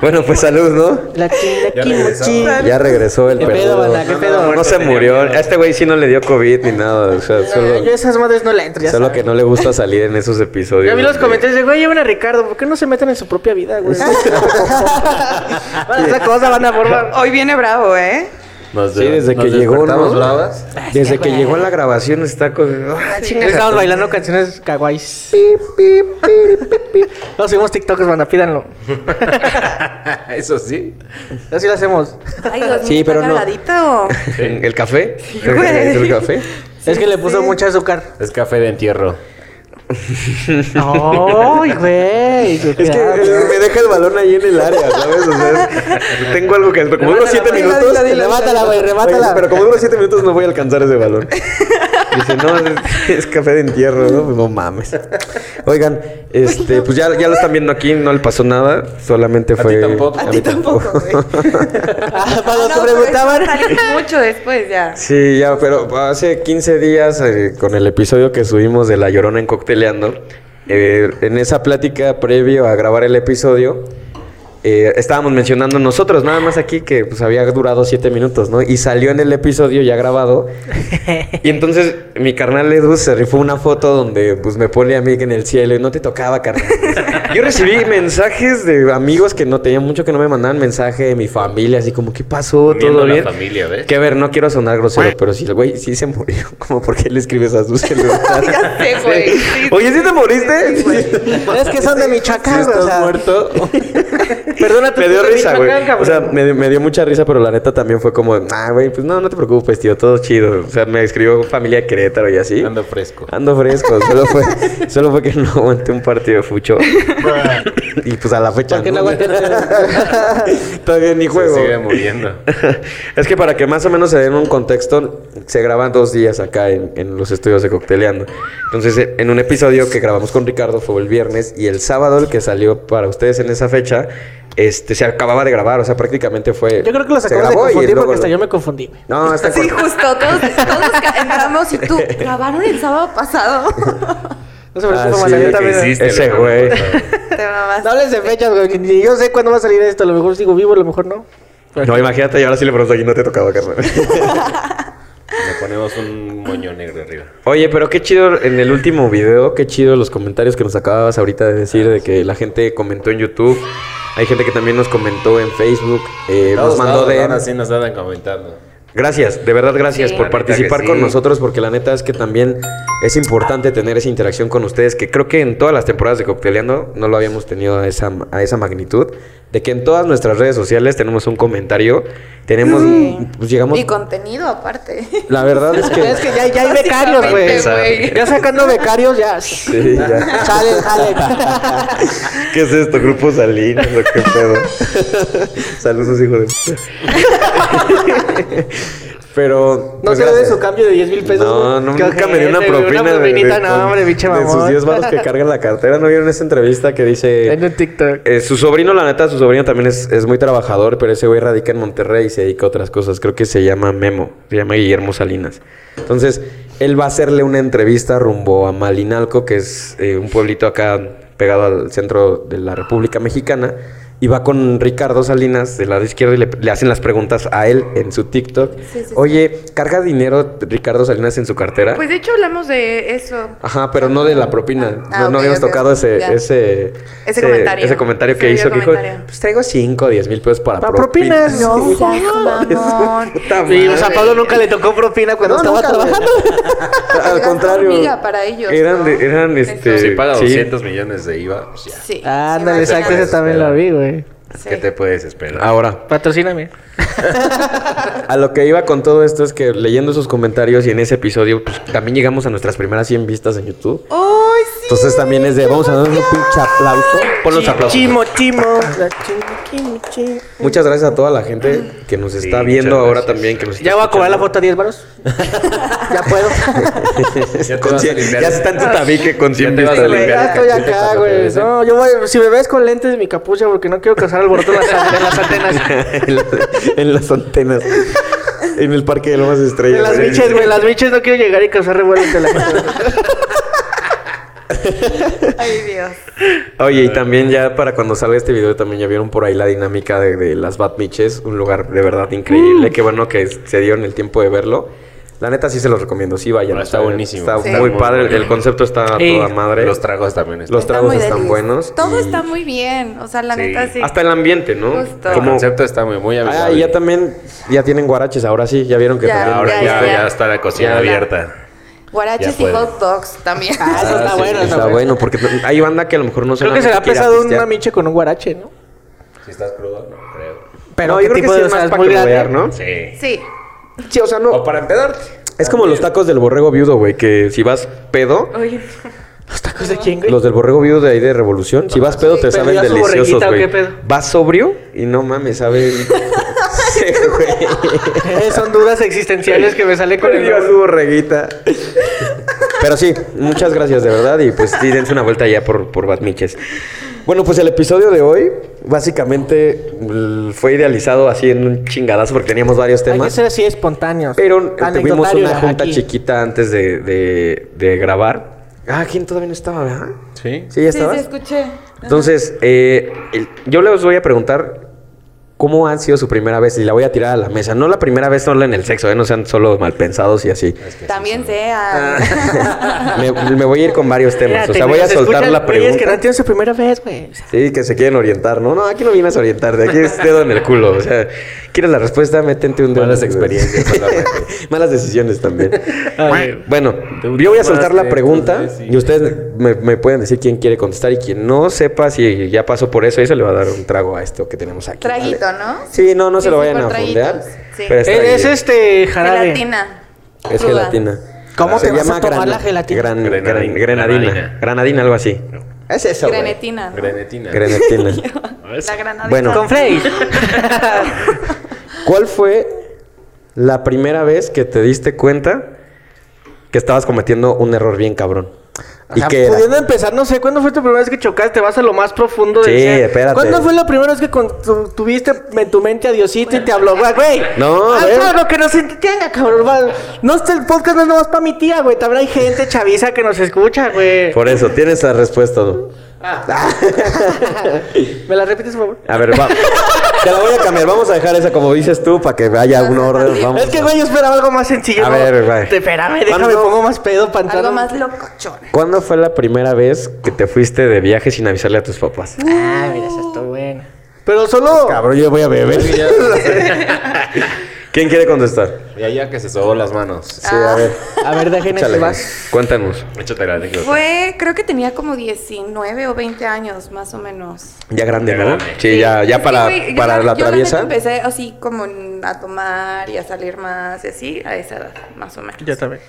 Bueno, pues salud, ¿no? La ching, la Ya ching, regresamos. ching. Ya regresó el ¿Qué pedo, perro. banda? ¿Qué pedo? No se murió. A este güey sí no le dio COVID ni nada. O sea, No, yo a solo, esas madres no la entro, ya solo sabes. que no le gusta salir en esos episodios. Yo vi los donde- comentarios de, güey, llevan a Ricardo, ¿por qué no se meten en su propia vida, güey? Van a hacer cosas, van a formar. Hoy viene bravo, ¿eh? Sí, desde que Nos llegó, despertamos ¿no? bravas. Desde que llegó a la grabación está con... Ah, chinga. Estamos bailando canciones kawaiis. No, subimos TikToks, banda, pídanlo. Eso sí. Así lo hacemos. Ay, Dios Sí, mío, pero está no. cargadito. ¿El café? güey. ¿El café? Es que le puso sí. mucho azúcar. Es café de entierro. ¡Ay, güey! Es que eh, me deja el balón ahí en el área, ¿sabes? O sea, tengo algo que... Como unos siete güey, minutos... dila, dila, Remátala, güey, remátala. Oye, Pero como unos siete minutos no voy a alcanzar ese balón. Dice, no, es, es café de entierro, ¿no? Pues no mames. Oigan, este, pues ya, ya lo están viendo aquí, no le pasó nada, solamente fue... ti tampoco. mí tampoco. Ah, para los No, que pero preguntaban. eso sale mucho después ya. Sí, ya, pero hace 15 días, eh, con el episodio que subimos de La Llorona en Cocteleando, eh, en esa plática previo a grabar el episodio, eh, estábamos mencionando nosotros, nada más aquí, que pues había durado 7 minutos, ¿no? Y salió en el episodio ya grabado. Y entonces mi carnal Edu se rifó una foto donde pues me pone a mí que en el cielo y no te tocaba, carnal. Yo recibí mensajes de amigos que no tenía mucho que no me mandaban mensaje de mi familia, así como, ¿qué pasó? Uniendo ¿Todo la bien? familia, ¿ves? Que a ver, no quiero sonar grosero, pero si el güey sí se murió, como por qué le escribes a su celular? Ya sé, güey. Sí, Oye, ¿sí te moriste? sí, güey. Es que son de Michoacán, ¿Sí güey, o sea. muerto. Perdónate, me dio tú eres risa, güey. Michoacán, cabrón. O sea, me, me dio mucha risa, pero la neta también fue como, ah, güey, pues no, no te preocupes, tío, todo chido. O sea, me escribió familia de Querétaro y así. Ando fresco. Ando fresco, solo fue, solo fue que no aguanté un partido de fucho. y pues a la fecha. Porque no aguanté nada. Todavía ni Se juego. sigue muriendo. es que para que más o menos se den un contexto, se graban dos días acá en, en los estudios de Cocteleando. Entonces, eh, en un episodio que grabamos con Ricardo fue el viernes y el sábado, el que salió para ustedes en esa fecha, este se acababa de grabar. O sea, prácticamente fue. Yo creo que los se acabas de grabó y confundir luego porque hasta lo- yo me confundí, güey. No, está Sí, justo. Todos, todos ca- entramos y tú, ¿grabaron el sábado pasado? No se me Ah, hizo sí, mal, yo que también. hiciste Ese güey. Te mamaste. No hables de fechas, güey. que Ni yo sé cuándo va a salir esto. A lo mejor sigo vivo, a lo mejor no. No, imagínate, y ahora sí le pregunto aquí, no te tocaba, carnal. Le ponemos un moño negro arriba. Oye, pero qué chido en el último video, qué chido los comentarios que nos acababas ahorita de decir, de que la gente comentó en YouTube, hay gente que también nos comentó en Facebook, eh, nos mandó de... Así nos andan comentando. Gracias, de verdad gracias Sí. por La neta que participar sí. con nosotros, porque la neta es que también es importante tener esa interacción con ustedes, que creo que en todas las temporadas de Cocteleando no lo habíamos tenido a esa, a esa magnitud, de que en todas nuestras redes sociales tenemos un comentario, tenemos, pues llegamos... Y contenido aparte. La verdad es que... Mm. Es que ya, ya hay becarios, güey. Básicamente, güey. Ya sacando becarios, ya. Sí, ya. Sale, sale. ¿Qué es esto? Grupo Salinas, lo que pedo. Saludos, hijo de. puta. Pero. No pues, se le dé gracias. su cambio de 10 mil pesos. No, güey. no, Qué nunca me dio una ojete, güey, propina. Una propinita, de- no, hombre, bicho De sus mamón. 10 varos que cargan la cartera. ¿No vieron esa entrevista que dice. En un TikTok. Eh, su sobrino, la neta, su sobrino también es, es muy trabajador, pero ese güey radica en Monterrey y se dedica a otras cosas. Creo que se llama Memo, se llama Guillermo Salinas. Entonces, él va a hacerle una entrevista rumbo a Malinalco, que es eh, un pueblito acá pegado al centro de la República Mexicana. Y va con Ricardo Salinas del lado izquierdo y le, le hacen las preguntas a él en su TikTok. Sí, sí, sí. Oye, ¿carga dinero Ricardo Salinas en su cartera? Pues de hecho hablamos de eso. Ajá, pero no de la propina. Ah, no, ok, no habíamos ok, tocado ese, ya. ese, ese, Ese comentario. ese comentario que Sí, hizo, el que dijo, comentario. pues traigo 5 o 10 mil pesos para, Para propinas. No, seas mamón. Puta Sí, o sea, madre. Pablo nunca le tocó propina cuando No, estaba nunca, güey. trabajando. Al Gasto contrario. hormiga para ellos, eran, ¿no? de- eran Eso. este. Si paga sí. 200 millones de IVA, pues ya. Sí. Ándale, sí, exacto, imagínate. ese también lo vi, güey. Sí. ¿Qué te puedes esperar? Ahora, Patrocíname. a lo que iba con todo esto es que leyendo sus comentarios y en ese episodio, pues también llegamos a nuestras primeras 100 vistas en YouTube. ¡Ay, sí! Entonces también es de, vamos a dar un pinche aplauso. Pon los Chi- aplausos. Chimo, chimo. La chimo, chimo, chimo. Muchas gracias a toda la gente que nos está muchas viendo ahora gracias. también. Que nos está Ya voy a cobrar la escuchando. foto a 10 varos. ya puedo. Ya te Con vas a cien- limpiar. Ah, ya está en tu tabique con 100 te vas a vistas. limpiar. ya la estoy cachucha acá, cuando te güey. ves, ¿eh? No, yo voy. Si me ves con lentes, mi capucha, porque no quiero causar alboroto en las, en las antenas. en, las, en las antenas. En el parque de Lomas Estrellas. En las güey. biches, güey. En las biches no quiero llegar y causar revuelo entre la gente. Ay, Dios. Oye, y también ya para cuando salga este video también ya vieron por ahí la dinámica de, de las Bad Miches, un lugar de verdad increíble, qué bueno que se dieron el tiempo de verlo. La neta sí se los recomiendo, sí vayan. No, está vayan. buenísimo. Está Sí. muy Muy padre, bueno. el concepto está a Sí. toda madre. Los tragos también están. Los Está tragos muy están delicioso. buenos Todo y- está muy bien. O sea, la Sí. neta sí. Hasta el ambiente, ¿no? Justo. El Como- concepto está muy, muy Ah, amigable. y ya también, ya tienen guaraches, ahora sí, ya vieron que Ya, también- Ahora Ya, ya, ya, ya. ya está la cocina Ya. abierta. Guaraches Ya y puedo. hot dogs también. Ah, eso está sí, bueno. Está bueno, porque hay banda que a lo mejor no se Creo que será pesado una miche con un guarache, ¿no? Si estás crudo, no creo. Pero No, yo creo que sí de- es o sea, más para muy grande? crudear, ¿no? Sí. Sí. Sí, o sea, no. O para empedarte. Es como los tacos del borrego viudo, güey, que si vas pedo, Oye. ¿Los tacos de quién, güey? los del borrego viudo de ahí de Revolución, si vas pedo te Pero saben ya su deliciosos, borreguita, ¿o güey. qué pedo? Vas sobrio y no mames, sabe. Sí, güey. Eh, Son dudas existenciales que me sale con Perdió a el... su borreguita. Pero sí, muchas gracias de verdad y pues sí, dense una vuelta ya por, por Batmiches. Bueno, pues el episodio de hoy básicamente mm, fue idealizado así en un chingadazo porque teníamos varios Hay que temas. ser así espontáneos. Pero tuvimos Anecdotario, una junta aquí. chiquita antes de, de- de grabar. Ah, ¿quién todavía no estaba, verdad? Sí. Sí, ya Sí, sí, estabas. escuché. Ajá. Entonces, eh, el- yo les voy a preguntar cómo han sido su primera vez y la voy a tirar a la mesa. No la primera vez solo en el sexo, ¿eh? no sean solo malpensados y así. También sea. Ah. me, me voy a ir con varios temas. Ah. Espérate, este o sea, voy güey, a se soltar escuchan la güeyes pregunta. que no tienen su primera vez, güey. Sí, que se quieren orientar. No, no, aquí no vienes a orientarte. Aquí es dedo en el culo. O sea, quieres la respuesta, métete un dedo. Malas en el culo. experiencias solamente. Malas decisiones también. Ay, bueno, tú yo voy a soltar la tomaste, pregunta entonces, ¿eh? sí. y ustedes me, me pueden decir quién quiere contestar y quien no sepa si ya pasó por eso. Y se le va a dar un trago a esto que tenemos aquí. ¿vale? Traguito, ¿no? Sí, no, no se Sí, lo sí, vayan por a fondear. traguitos, sí. pero es traguito. Es este jarabe. Gelatina. Es Cruda. gelatina. ¿Cómo Se te vas a llama tomar la gelatina? gran- gran- Grenadina. grenadina. Granadina. Granadina, algo así. Es eso. güey. Grenetina. ¿no? Grenetina. Grenetina. La granadina. Bueno. Con Flay. ¿Cuál fue la primera vez que te diste cuenta que estabas cometiendo un error bien cabrón? O ¿Y sea, qué era? pudiendo empezar, no sé, ¿cuándo fue tu primera vez que chocaste? Vas a lo más profundo Sí, del ser. espérate. ¿Cuándo fue la primera vez que con- tu- tuviste en tu mente a Diosito y te habló, güey, güey? No, a haz ver. algo que nos entretenga, cabrón. va. No, este el podcast no es nomás para mi tía, güey. También hay gente chaviza que nos escucha, güey. Por eso, tienes la respuesta. ¿no? Ah. ¿Me la repites, por favor? A ver, va. te la voy a cambiar. Vamos a dejar esa como dices tú para que haya un orden. Vamos es que, a- güey, yo esperaba algo más sencillo. A ¿no? ver, güey. Te- Espérame, déjame, ¿Cuándo? pongo más pedo para entrar. Algo más locochón. ¿Cuándo fue la primera vez que te fuiste de viaje sin avisarle a tus papás? Ah, mira, eso está bueno. Pero solo... Cabrón, yo voy a beber. ¿Quién quiere contestar? Y allá que se sobó las manos. Sí, a ver. Ah. A ver, dejen Échale, este güey. vas. Cuéntanos. Échate la anécdota. Fue, creo que tenía como 19 o 20 años, más o menos. Ya grande, Ya ¿no? grande. Sí, ya, Es ya que, para, güey, yo para la yo neta traviesa. empecé así como en- a tomar y a salir más y así a esa edad, más o menos. Yo también.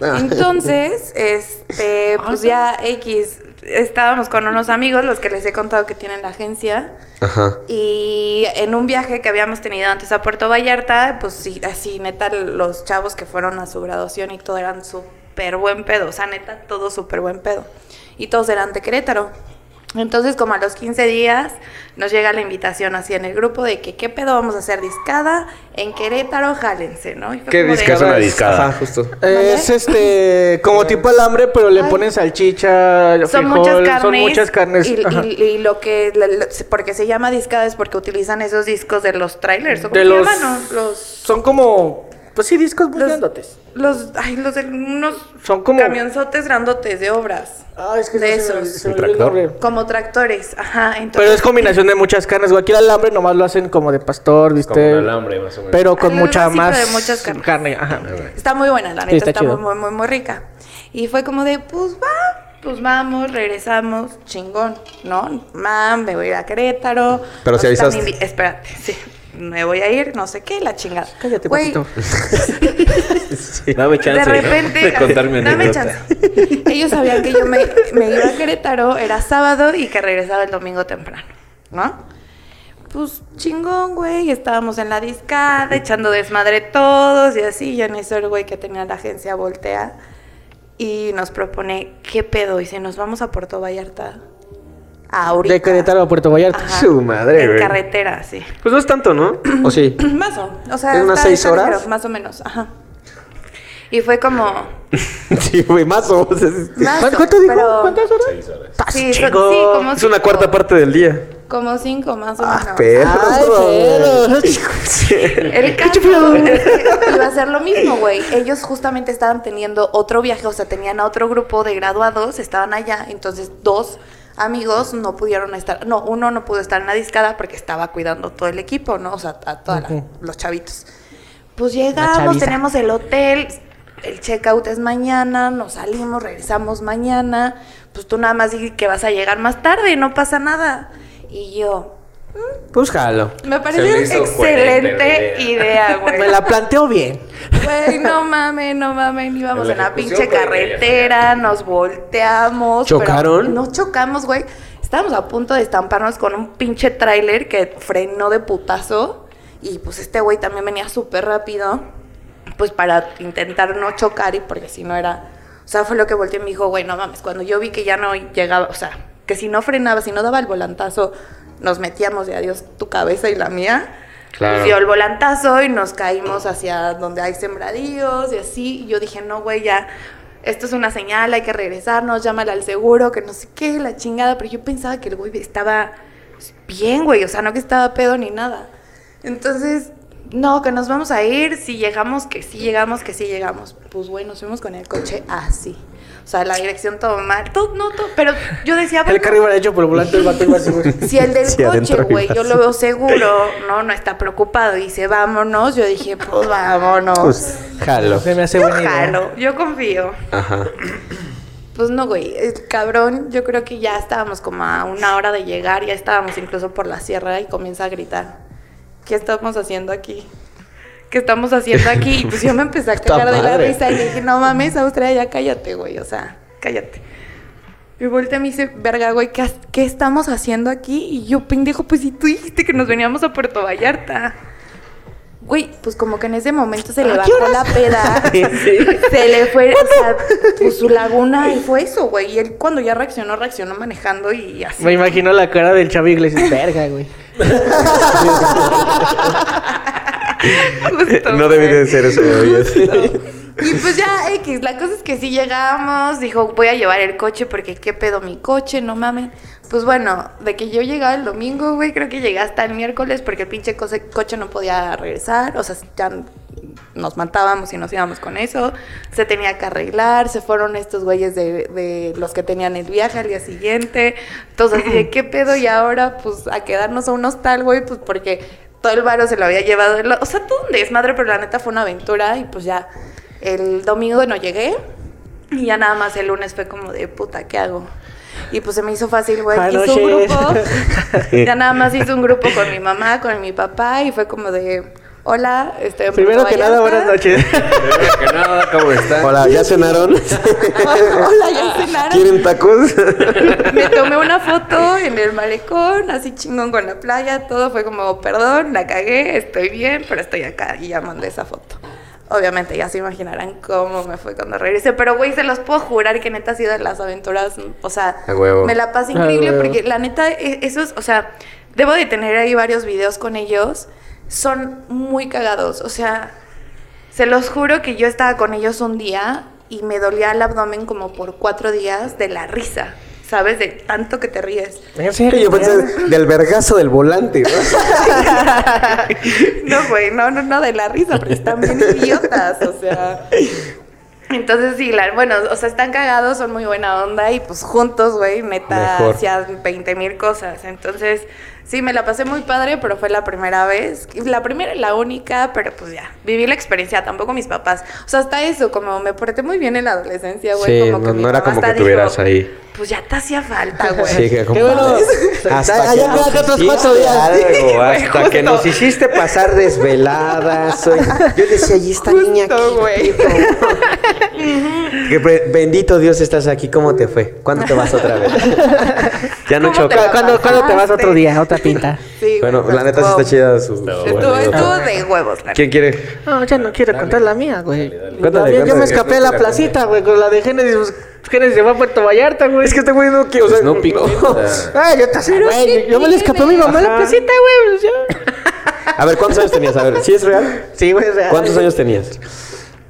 Entonces, este, pues ya X, estábamos con unos amigos, los que les he contado que tienen la agencia. Ajá. Y en un viaje que habíamos tenido antes a Puerto Vallarta, pues sí, así neta, los chavos que fueron a su graduación y todo eran súper buen pedo. O sea, neta, todo súper buen pedo. Y todos eran de Querétaro. Entonces, como a los 15 días, nos llega la invitación así en el grupo de que qué pedo vamos a hacer discada en Querétaro, jálense, ¿no? Y fue ¿Qué como de, discada? Es una discada. Ajá, justo. Es este, como tipo alambre, pero le Ay. ponen salchicha, son frijol, muchas carnes. son muchas carnes. Y, ajá. y- y lo que. la- la- porque se llama discada es porque utilizan esos discos de los trailers. ¿o ¿Cómo De se los- llaman? No? Los. Son como, pues sí, discos muy Los, grandotes. los, ay, los de unos Son como- camionzotes grandotes de obras, Ah, es que De se me- esos. se me olvidó el Tractor. nombre. como tractores, ajá, entonces, Pero es combinación de muchas carnes. güey. Aquí el alambre nomás lo hacen como de pastor, ¿viste? Como Este, un alambre, más o menos. Ah, Pero con Algo mucha básico más de muchas carnes. carne. Ajá. está muy buena, la neta, está está, chido. muy, muy, muy, muy rica. Y fue como de, pues va, pues vamos, regresamos, chingón, ¿no? Mam, me voy a ir a Querétaro. Pero si nos están avisaste. invi- Espérate, sí. me voy a ir, no sé qué, la chingada. Cállate, Güey, papito. Dame chance de repente, de contar mi dame anécdota. chance. Ellos sabían que yo me, me iba a Querétaro, era sábado y que regresaba el domingo temprano, ¿no? Pues chingón, güey, estábamos en la discada, echando desmadre todos y así. Y en eso el güey que tenía la agencia voltea y nos propone, ¿qué pedo? Y si nos vamos a Puerto Vallarta, ahorita. De Querétaro a Puerto Vallarta. Ajá. Su madre, En güey. carretera, sí. Pues no es tanto, ¿no? ¿O sí? Más o, o sea, ¿Es unas está- seis está ligero, horas? Más o menos, ajá. Y fue como, sí, güey, más o o sea, es- este. Más ¿Cuánto, o- cuánto dijo? pero- ¿Cuántas horas? Seis horas. Sí, son- Chico. sí, como Es una cinco. cuarta parte del día. Como cinco más o menos. Ah, perro. Ay, pero- El caso es que iba a ser lo mismo, güey. Ellos justamente estaban teniendo otro viaje, o sea, tenían a otro grupo de graduados, estaban allá, entonces dos amigos no pudieron estar, no, uno no pudo estar en la discada porque estaba cuidando todo el equipo, ¿no? O sea, a todos Ujú. los chavitos. Pues La llegamos, chaviza. tenemos el hotel, el checkout es mañana, nos salimos, regresamos mañana. Pues tú nada más di que vas a llegar más tarde, no pasa nada. Y yo, Pues jalo. me Se pareció me hizo excelente coherente la idea. idea, Ah, güey. Me la planteo bien. Güey, no mames, no mames, íbamos En la en la ejecución, pinche pero ya carretera, nos volteamos. pero ¿Chocaron? Nos chocamos, güey. Estábamos a punto de estamparnos con un pinche tráiler que frenó de putazo. Y pues este güey también venía súper rápido, pues para intentar no chocar y porque si no era... O sea, fue lo que volteé y me dijo, güey, no mames, cuando yo vi que ya no llegaba, o sea, que si no frenaba, si no daba el volantazo, nos metíamos de adiós tu cabeza y la mía. Claro. Pues dio el volantazo y nos caímos hacia donde hay sembradíos y así. Y yo dije, no, güey, ya, esto es una señal, hay que regresarnos, llámala al seguro, que no sé qué, la chingada. Pero yo pensaba que el güey estaba bien, güey, o sea, no que estaba pedo ni nada. Entonces, no, que nos vamos a ir, si llegamos, que sí llegamos, que sí llegamos. Pues, güey, nos fuimos con el coche así. O sea, la dirección todo mal, todo, no, todo, pero yo decía, El Ah, bueno, carro iba derecho, pero el volante del vato iba así, güey. si el del Sí, coche, adentro güey, iba yo así. lo veo seguro, ¿no? No está preocupado y dice, vámonos. Yo dije, pues vámonos. Pues, jalo. Se me hace yo buena idea. jalo, yo confío. Ajá. Pues no, güey, el cabrón, yo creo que ya estábamos como a una hora de llegar, ya estábamos incluso por la sierra y comienza a gritar, ¿qué estamos haciendo aquí? ¿Qué estamos haciendo aquí? Y pues yo me empecé a Puta cagar de la madre. risa y le dije, no mames, Australia, ya cállate, güey, o sea, cállate. Y voltea y me dice, verga, güey, ¿qué, has- qué estamos haciendo aquí? Y yo, pendejo, pues si tú dijiste que nos veníamos a Puerto Vallarta. Güey, pues como que en ese momento se le ¿A qué bajó la horas? peda. Se le fue, o sea, pues su laguna y fue eso, güey. Y él cuando ya reaccionó, reaccionó manejando y así. Me imagino la cara del Chavi Iglesias. Verga, güey. Justo, No debí güey. de ser eso, güey. Justo. Y pues ya, X, la cosa es que sí llegamos, dijo, voy a llevar el coche porque qué pedo mi coche, no mames. Pues bueno, de que yo llegaba el domingo, güey, creo que llegué hasta el miércoles porque el pinche cose- coche no podía regresar, o sea, ya nos matábamos y nos íbamos con eso, se tenía que arreglar, se fueron estos güeyes de, de los que tenían el viaje al día siguiente, entonces así de qué pedo y ahora pues a quedarnos a un hostal, güey, pues porque todo el varo se lo había llevado, el- o sea, todo un desmadre, pero la neta fue una aventura y pues ya el domingo no llegué y ya nada más el lunes fue como de puta, ¿qué hago? Y pues se me hizo fácil, güey. Ay, Ah, no Hice un sé. grupo, ya nada más hice un grupo con mi mamá, con mi papá y fue como de, hola, este, estoy en Primero Puerto que nada, Vallarta". buenas noches. Primero que nada, ¿cómo están? Hola, ¿ya cenaron? hola, ya cenaron. ¿Quieren tacos? Me tomé una foto en el malecón, así chingón con la playa, todo fue como, perdón, la cagué, estoy bien, pero estoy acá y ya mandé esa foto. Obviamente ya se imaginarán cómo me fue cuando regresé, pero güey, se los puedo jurar que neta ha sido de las aventuras, o sea, A huevo. me la pasé A increíble huevo. porque la neta, e- esos, o sea, debo de tener ahí varios videos con ellos, son muy cagados, o sea, se los juro que yo estaba con ellos un día y me dolía el abdomen como por cuatro días de la risa, ¿sabes? De tanto que te ríes. En Y serio, Yo pensé, del vergazo del volante, ¿no? No, güey, no, no, no, de la risa, pero están bien idiotas, o sea. Entonces, sí, la- bueno, o sea, están cagados, son muy buena onda y pues juntos, güey, neta, Mejor. hacían 20 mil cosas. Entonces, Sí, me la pasé muy padre, pero fue la primera vez. La primera y la única, pero pues ya. Viví la experiencia, tampoco mis papás. O sea, hasta eso, como me porté muy bien en la adolescencia, güey. Sí, como que no- mi no era mamá como hasta que tuvieras ahí. Pues ya te hacía falta, güey. Sí, que como- Qué bueno. Hasta Allá que acá nos otros hiciste cuatro días. algo, Sí, güey, hasta que justo. nos hiciste pasar desveladas. soy- Yo decía, ¿y esta niña aquí? Justo, güey. Que pre- bendito Dios estás aquí, ¿cómo te fue? ¿Cuándo te vas otra vez? ya no ¿Cómo te choca. la ¿Cuándo, cuándo te vas otro pasaste? día? Otra pinta. Sí, güey, Bueno, pero la neta sí estuvo- está chida su. su Estuvo, anécdota. estuvo de huevos, la ¿Quién quiere? No, ya no quiero contar la mía, güey. Cuéntale, También yo cuéntale. me escapé a la placita, güey, con la de Génesis. pues, Génesis se fue a Puerto Vallarta, güey. Es que este güey no quiere. O sea, Snoopy. Ah, Ah, yo te güey, ¿qué Yo me le escapé a mi mamá a la Ajá. placita, güey. pues, yo- A ver, ¿cuántos años tenías? A ver, ¿sí es real? Sí, güey. o sea, ¿Cuántos años tenías?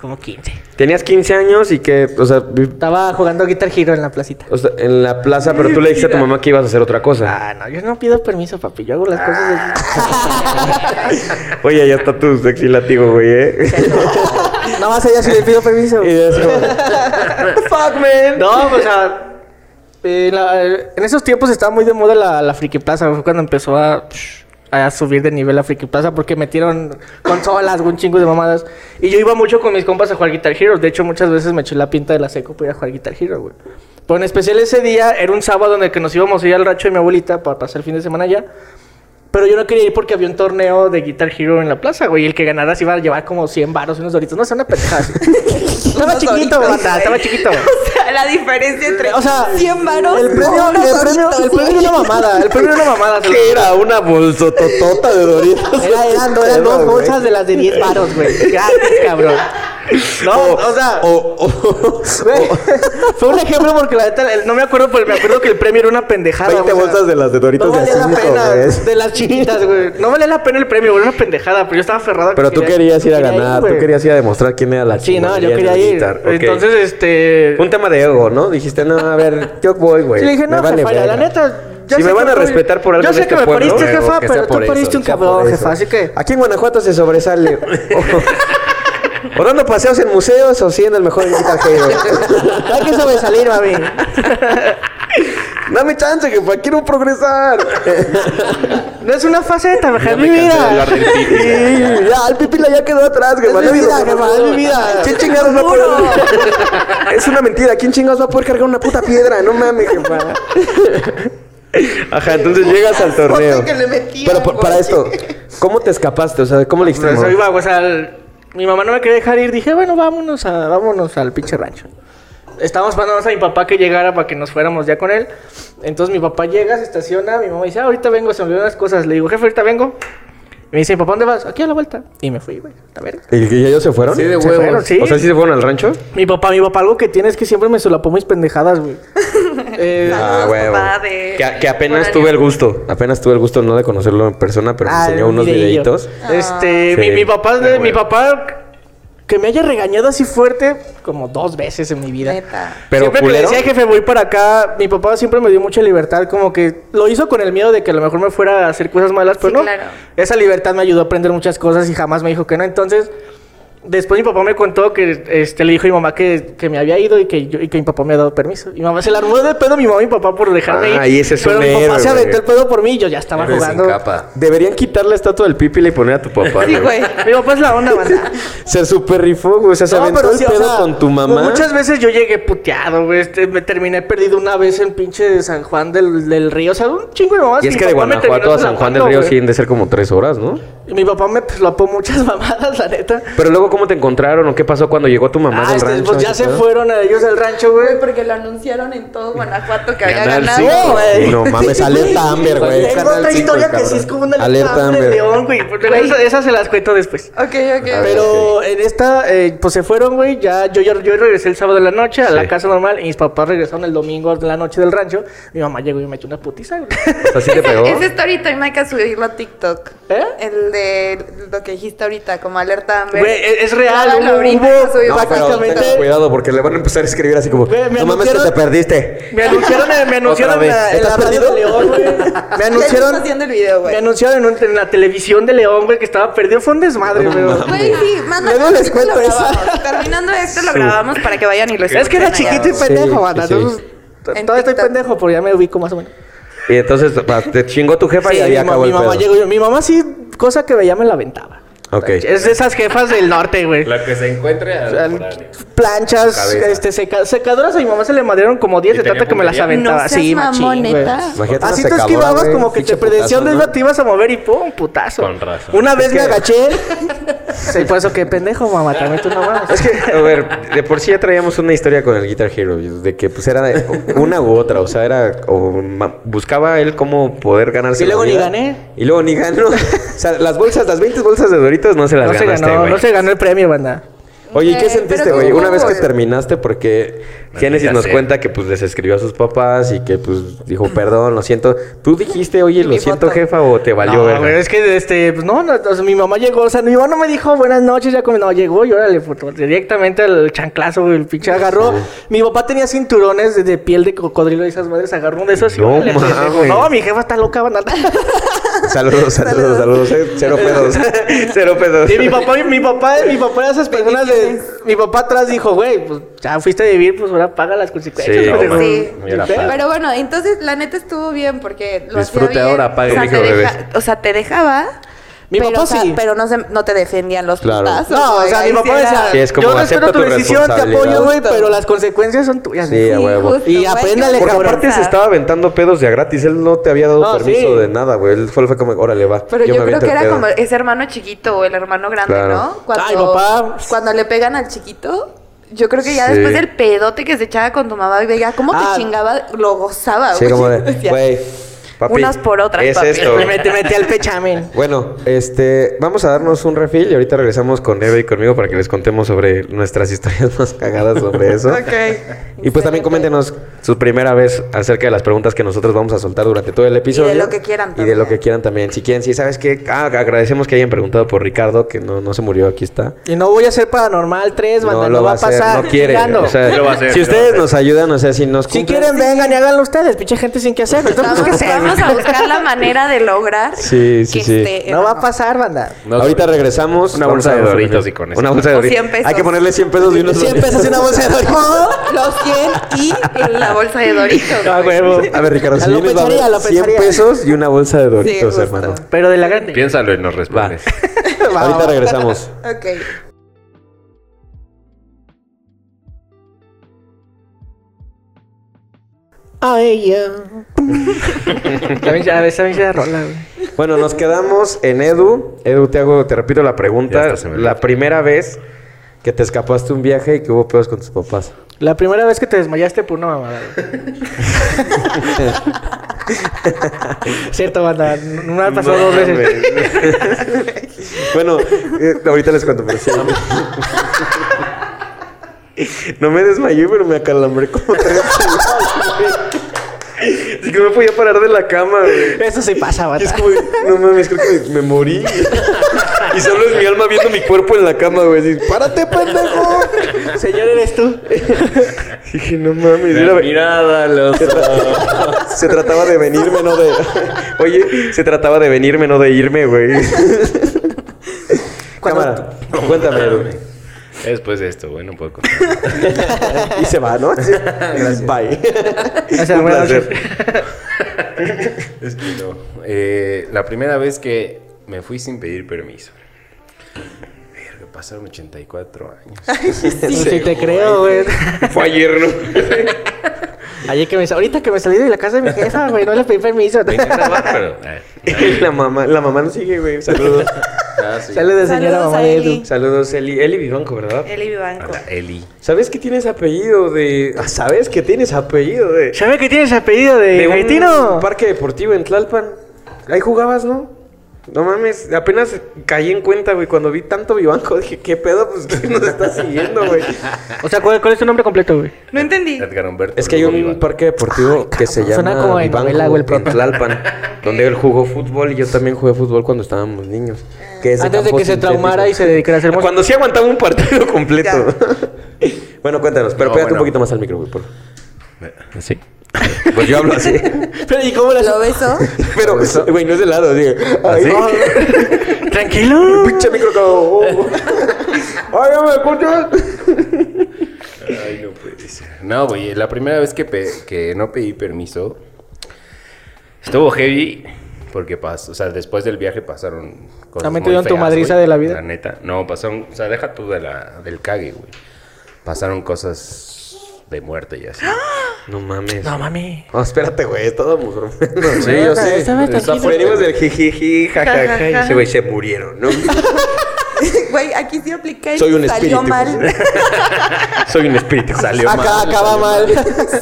Como 15. Tenías 15 años y que, o sea, vi- Estaba jugando Guitar Hero en la placita. o sea, en la plaza, pero tú le dijiste a tu mamá que ibas a hacer otra cosa. Ah, no, yo no pido permiso, papi. Yo hago las cosas. Oye, ya está tu sexy látigo, güey, ¿eh? así. Nada más allá sí le pido permiso. Y es como- fuck, man? No, pues, o sea. eh, la- eh, en esos tiempos estaba muy de moda la, la Friki Plaza. Fue cuando empezó a, a subir de nivel la Friki Plaza porque metieron consolas, un chingo de mamadas. Y yo iba mucho con mis compas a jugar Guitar Hero. De hecho, muchas veces me eché la pinta de la seco para ir a jugar Guitar Hero, güey. Pero Pues en especial ese día era un sábado en el que nos íbamos a ir al racho de mi abuelita para pasar el fin de semana allá. Pero yo no quería ir porque había un torneo de Guitar Hero en la plaza, güey. Y el que ganara se iba a llevar como 100 varos y unos doritos. No, es una pendejada. así. estaba Unos chiquito, doritos, banda, güey. estaba chiquito. O sea, la diferencia entre O sea, 100 varos El premio, el premio, el premio era una mamada. El premio era una mamada. se lo- ¿Qué era? Una bolsototota de Doritos. Era, eran, no, eran dos bolsas de las de 10 varos, güey. Gracias, cabrón. No, o sea, O, Oh, o, güey, fue un ejemplo porque la neta, el- no me acuerdo, pero me acuerdo que el premio era una pendejada. 20 o sea, bolsas de las de Doritos No de valía la cinco, pena, güey. de las chiquitas, güey. No valía la pena el premio, güey, era una pendejada, pero yo estaba aferrado. a que Pero tú quería- querías ir a quería ganar, tú güey. querías ir a demostrar quién era la Sí, no, yo chingonería quería de ir. Guitar, ok. Entonces, este... Un tema de ego, ¿no? Dijiste, no, a ver, yo voy, Pues, güey. Sí, le dije, Me no, vale jefa, la verga". neta. yo si sé me que van a fue- respetar por algo Yo en sé este que me pueblo, pariste, luego jefa, que sea pero tú por eso, pariste un sea por cabrón, eso. jefa, así que. Aquí en Guanajuato se sobresale. o dando paseos en museos o siendo el mejor en Guitar Hero. Hay que sobresalir, mami. Dame chance, jefa, quiero progresar. oh. No es una fase de trabajar Ya mi me cansé de vida. hablar del pipi. Sí, ya, el pipila ya quedó atrás, jefa. Es no mi vida, digo- jefa, es mi vida. ¿Quién chingados va a poder- Es una mentira, ¿quién chingados va a poder cargar una puta piedra? No mames, jefa. Ajá, entonces llegas al torneo. Pero por- para esto, ¿cómo te escapaste? O sea, ¿cómo le dijiste? Pero "No"? soy vago, o sea, el- pues, mi mamá no me quería dejar ir. Dije, bueno, vámonos, a, vámonos al pinche rancho. Estábamos esperando más a mi papá que llegara para que nos fuéramos ya con él. Entonces mi papá llega, se estaciona, mi mamá dice, ah, ahorita vengo, se me olvidó unas cosas. Le digo, jefe, ahorita vengo. Me dice, papá, ¿dónde vas? Aquí a la vuelta. Y me fui, güey, a ver. ¿Y que ellos se fueron? Sí, de Se fueron, huevos. sí. O sea, ¿sí se fueron al rancho? Mi papá, mi papá, algo que tiene es que siempre me solapó mis pendejadas, güey. Eh, Ah, huevo. papá, de- Que, que apenas horario. tuve el gusto. Apenas tuve el gusto no de conocerlo en persona, pero me Ah, enseñó el unos videillo. videitos. Este, Ah. mi, Sí. mi papá, Ah, mi bueno. papá que me haya regañado así fuerte como dos veces en mi vida. Neta. Pero siempre que le culero. decía jefe voy para acá, mi papá siempre me dio mucha libertad, como que lo hizo con el miedo de que a lo mejor me fuera a hacer cosas malas, pero Sí, no. claro. Esa libertad me ayudó a aprender muchas cosas y jamás me dijo que no. Entonces, después mi papá me contó que este le dijo a mi mamá que, que me había ido y que yo- y que mi papá me había dado permiso. Y mi mamá se la armó de pedo a mi mamá y mi papá por dejarme ir. Ah, y ese es pero un mi papá héroe, se aventó güey. el pedo por mí y yo ya estaba Eres jugando. sin capa. Deberían quitar la estatua del pipila y poner a tu papá. Sí, güey. Mi papá es la onda, banda. Se super rifó, güey. O sea, se No, aventó pero el sí, o pedo sea, pues, con tu mamá. Muchas veces yo llegué puteado, güey. este, me terminé perdido una vez en pinche de San Juan del, del Río. O sea, un chingo de mamadas. Y es mi que de papá me Guanajuato terminó a San Juan del solapando, Río güey. siguen de ser como tres horas, ¿no? Y mi papá me solapó muchas mamadas, la neta. Pero luego, ¿cómo te encontraron o qué pasó cuando llegó tu mamá Ah, del este, rancho? pues ya ¿Ese se pedo? fueron a ellos del rancho, güey. Güey, porque lo anunciaron en todo Guanajuato que había Canal ganado. cinco. güey. Sí, no mames, alerta Amber, güey. Tengo Canal otra cinco, historia que cabrón. sí es como una Alerta de Amber. león, güey. pero Güey. esa- Esas se las cuento después. Ok, ok. A ver. Pero en esta, eh, pues se fueron, güey. Ya yo, yo, yo regresé el sábado de la noche a la Sí. casa normal. Y mis papás regresaron el domingo de la noche del rancho. Mi mamá llegó y me echó una putiza, güey. O sea, ¿sí te pegó? Ese story time hay que subirlo a TikTok. ¿Eh? El de lo que dijiste ahorita, como alerta Amber. Güey, e-, es- es real, Grábalo hubo- ahorita, hubo- lo subimos No, a pero Básicamente- TikTok. ten cuidado porque le van a empezar a escribir así como, Güey, me no mames que te anunciaron- perdiste. Me anunciaron, en- me anunciaron en la, vez. en la ¿Estás radio perdido? de León, güey. Me Ya estás anunciaron, haciendo el video, güey. me anunciaron en, un- en la televisión de León, güey, que estaba perdido. Fue un desmadre, güey. Güey, sí, manda. Luego les cuento eso. Terminando esto, lo grabamos para que vayan y lo Es que era escuchen allá. chiquito y Sí, pendejo, sí, banda. sí. Entonces, En todavía estoy TikTok. pendejo, pero ya me ubico más o menos. Y entonces pa, te chingó tu jefa Sí, y ahí mi, ma- acabó mi el mamá pedo. llegó yo. Mi mamá sí, cosa que veía me la aventaba. Ok. Es de esas jefas del norte, güey. La que se encuentre O al sea, foráneo. planchas, Cabeza. este, seca- secadoras a mi mamá se le madrearon como ¿Y 10 de tenía tanto que me las puntería? aventaba. No seas sí, mamón, machín, güey. neta. Imagínate una Así te secadora, esquivabas güey, como que pinche te prevención putazo, de ¿no? te ibas a mover y pum, putazo. Con razón. Una vez Es me que- agaché. sí, por eso que pendejo, mamá, también tú no mames. Es que, a ver, de por sí ya traíamos una historia con el Guitar Hero, de que pues era de- una u otra, o sea, era, o ma- buscaba él cómo poder ganarse Y la luego ni vida. gané. Y luego ni ganó. O sea, las bolsas, las 20 bolsas de Doritos no se las No se ganaste, ganó, güey. no se ganó el premio, banda. Oye, ¿y Güey, ¿qué sentiste, pero güey? tú Una vez que cómo, güey. terminaste, porque Génesis nos sea. cuenta que pues les escribió a sus papás y que pues dijo, perdón, lo siento. ¿Tú dijiste, oye, lo Mi siento, foto. jefa, o te valió, no, verga? güey, es que este, pues no, no, o sea, mi mamá llegó, o sea, mi mamá no me dijo buenas noches, ya como no llegó y órale, puto, directamente al chanclazo, güey, el pinche agarró. Mi papá tenía cinturones de, de piel de cocodrilo y esas madres, agarró uno de esos y No órale, pendejo. mames. no, mi jefa está loca, van a Saludos, saludos, saludos. eh, Cero pedos. Cero pedos. Y mi papá, mi papá, mi papá era esas personas de. Mi papá atrás dijo, güey, pues ya fuiste a vivir, pues ahora paga las consecuencias. Sí, ¿no? no, Sí. Mira, Pero- Pero bueno, entonces la neta estuvo bien porque lo Disfrute hacía bien. ahora, apague, o sea, hijo te bebé. deja- o sea, te dejaba. Mi pero, papá o sea, sí. Pero no, se, no te defendían los Claro. putazos. No, o güey, sea, mi ahí papá sí decía, era- Sí, es como, yo respeto acepta tu tu decisión, te apoyo, güey, responsabilidad. pero las consecuencias son tuyas. Sí, a huevo. justo, Y güey, apréndale, qué Porque cabrón. aparte se estaba aventando pedos de a gratis. Él no te había dado No, permiso sí. de nada, güey. Él fue, fue como, órale, va. Pero yo, me creo aviento que el era pedo. como ese hermano chiquito o el hermano grande, Claro. ¿no? Cuando, Ay, papá. cuando le pegan al chiquito, yo creo que ya Sí. después del pedote que se echaba con tu mamá, veía cómo Ah. te chingaba, lo gozaba, Sí, como de, Decía, güey, papi. Unas por otras, Es papi". esto. Me te metí al pechamen. Bueno, este, vamos a darnos un refil y ahorita regresamos con Eva y conmigo para que les contemos sobre nuestras historias más cagadas sobre eso. Y pues también Excelente. coméntenos su primera vez acerca de las preguntas que nosotros vamos a soltar durante todo el episodio. lo que quieran Y de lo también. que quieran también. Si quieren, si sabes que agradecemos que hayan preguntado por Ricardo, que no, no se murió, aquí está. Y no voy a hacer paranormal 3, banda, Pues no, va a hacer, pasar. no quiere. Ya no. o sea, Sí lo va a hacer, sí lo si va a ustedes hacer. nos ayudan, o sea, si nos si cumplen- quieren, vengan y háganlo ustedes, pinche gente sin que hacer. Entonces, ¿qué Pues Vamos, sé? vamos a buscar la manera de lograr Sí, sí, que sí. esté- No va a pasar, banda. No, Ahorita sí. regresamos. Una Vamos bolsa a de ver- Doritos y con eso. Una bolsa de O Doritos. 100 pesos. Hay que ponerle 100 pesos y unos 100 pesos y una bolsa de Doritos. Los 100 y en la bolsa de Doritos. Ah, güey. huevo. A ver, Ricardo, Ya si lo vienes, va a haber pecharía, lo 100 pecharía. pesos y una bolsa de Doritos, justo. hermano. Pero de la grande. Piénsalo y nos respondes. Va, Ahorita va. regresamos. Ok. Ay, ya. También ya, esa pinche rola, güey. Bueno, nos quedamos en Edu. Edu, te hago, te repito la Ya pregunta. está, se me La olvidó. primera vez que te escapaste un viaje y que hubo pedos con tus papás. La primera vez que te desmayaste por una mamada. güey. Cierto, banda. n- No me ha pasado dos veces. bueno, eh, ahorita les cuento, pero sí. No me desmayé, pero me acalambré como tres veces. Así que me podía parar de la cama, güey. Eso sí pasa, Y banda. es como, no mames, creo que me morí. Y solo es mi alma viendo mi cuerpo en la cama, güey. Así, ¡Párate, pendejo! Señor, eres tú. Dije, no mames. era- Mirada, los se, tra- se trataba de venirme, no de. Oye, se trataba de venirme, no de irme, güey. Cuando- Cámara, cuéntame, güey. Después de esto, bueno, puedo contar. Y se va, ¿no? Bye. O sea, Un buenas placer. noches. Es que no. Eh, la primera vez que me fui sin pedir permiso. Verga, pasaron 84 años. Sí, te creo, güey. Fue ayer, ¿no? Ayer que me sa- Ahorita que me salí de la casa de mi jefa, güey, no le pedí permiso. Venía a grabar, pero. eh, La mamá, la mamá no sigue, güey. Saludos. nada, sí. Sale de señora Saludos mamá a de Eli. Edu. Saludos, Eli. Eli Vivanco, ¿verdad? Eli Vivanco. Anda, Eli. ¿Sabes que tienes apellido de. Ah, ¿Sabes que tienes apellido de. ¿Sabes que tienes apellido de, un haitino? parque deportivo en Tlalpan. Ahí jugabas, ¿no? No mames, apenas caí en cuenta, güey, cuando vi tanto Vivanco, dije, ¿qué pedo? Pues, ¿quién nos está siguiendo, güey? O sea, ¿cuál, cuál es tu nombre completo, güey? No entendí. Edgar Humberto. Es que hay Lugo un Vivanco. parque deportivo que se Ah, cabrón, llama suena como de Vivanco novela, güey, el en prota. Tlalpan, donde él jugó fútbol y yo también jugué fútbol cuando estábamos niños. Que es Antes de campo que se sintético. traumara y se dedicara a hacer música. Cuando sí aguantaba un partido completo. bueno, cuéntanos, pero No, pégate un bueno. poquito más al micro, güey, por favor. Eh, Sí. Pues yo hablo así. Pero, ¿y cómo la Lo beso. pero, güey, no es de lado, digo. ay, ¿Así? ay. Tranquilo. Pinche micro como- ¡Ay, ya me escuchas! Ay, pues, no puede ser. No, güey, la primera vez que, pe- que no pedí permiso. Estuvo heavy porque pasó, o sea, después del viaje pasaron cosas También te muy dieron tu feas, madriza güey, de la vida. La neta. No, pasaron, o sea, deja tú de la, del cague, güey. Pasaron cosas de muerte y así. No mames. No mami. No, espérate, güey, todo mujer. sí, No, yo no, sé. estaba tranquilo, Está- Venimos del jijiji, jajaja, y Jajaja. ese güey se murieron, ¿no? Güey, aquí sí apliqué y Soy un espíritu. salió pues, ¿eh? mal. Soy un espíritu, salió mal. Acá acaba mal.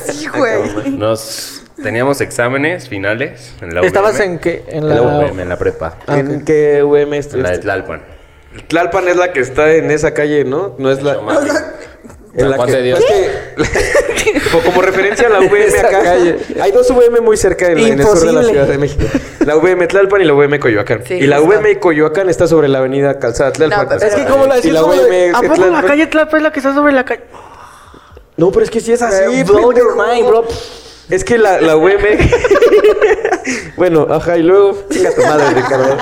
Sí, güey. Nos teníamos exámenes finales en la ¿Estabas UVM. en qué? En En la UVM, la... en la prepa. ¿En qué UM En la de estuviste? Tlalpan. Tlalpan es la que está en esa calle, ¿no? No es la... En la Juan de que, Dios. es que- Fue como referencia a la VM acá. Hay dos VM muy cerca en, la- en el sur de la Imposible. Ciudad de México. La VM Tlalpan y la VM Coyoacán. Sí, y la justo. VM Coyoacán está sobre la avenida Calzada Tlalpan. No, pero- Es que como la Este Y decías, la como de- UVM ¿A poco la Tlalpan- calle Tlapa es la que está sobre la calle? No, pero es que sí es así. Eh, blow pendejo. your mind, bro. Es que la, la UM... bueno, ajá, y luego... Chinga tu madre, Ricardo.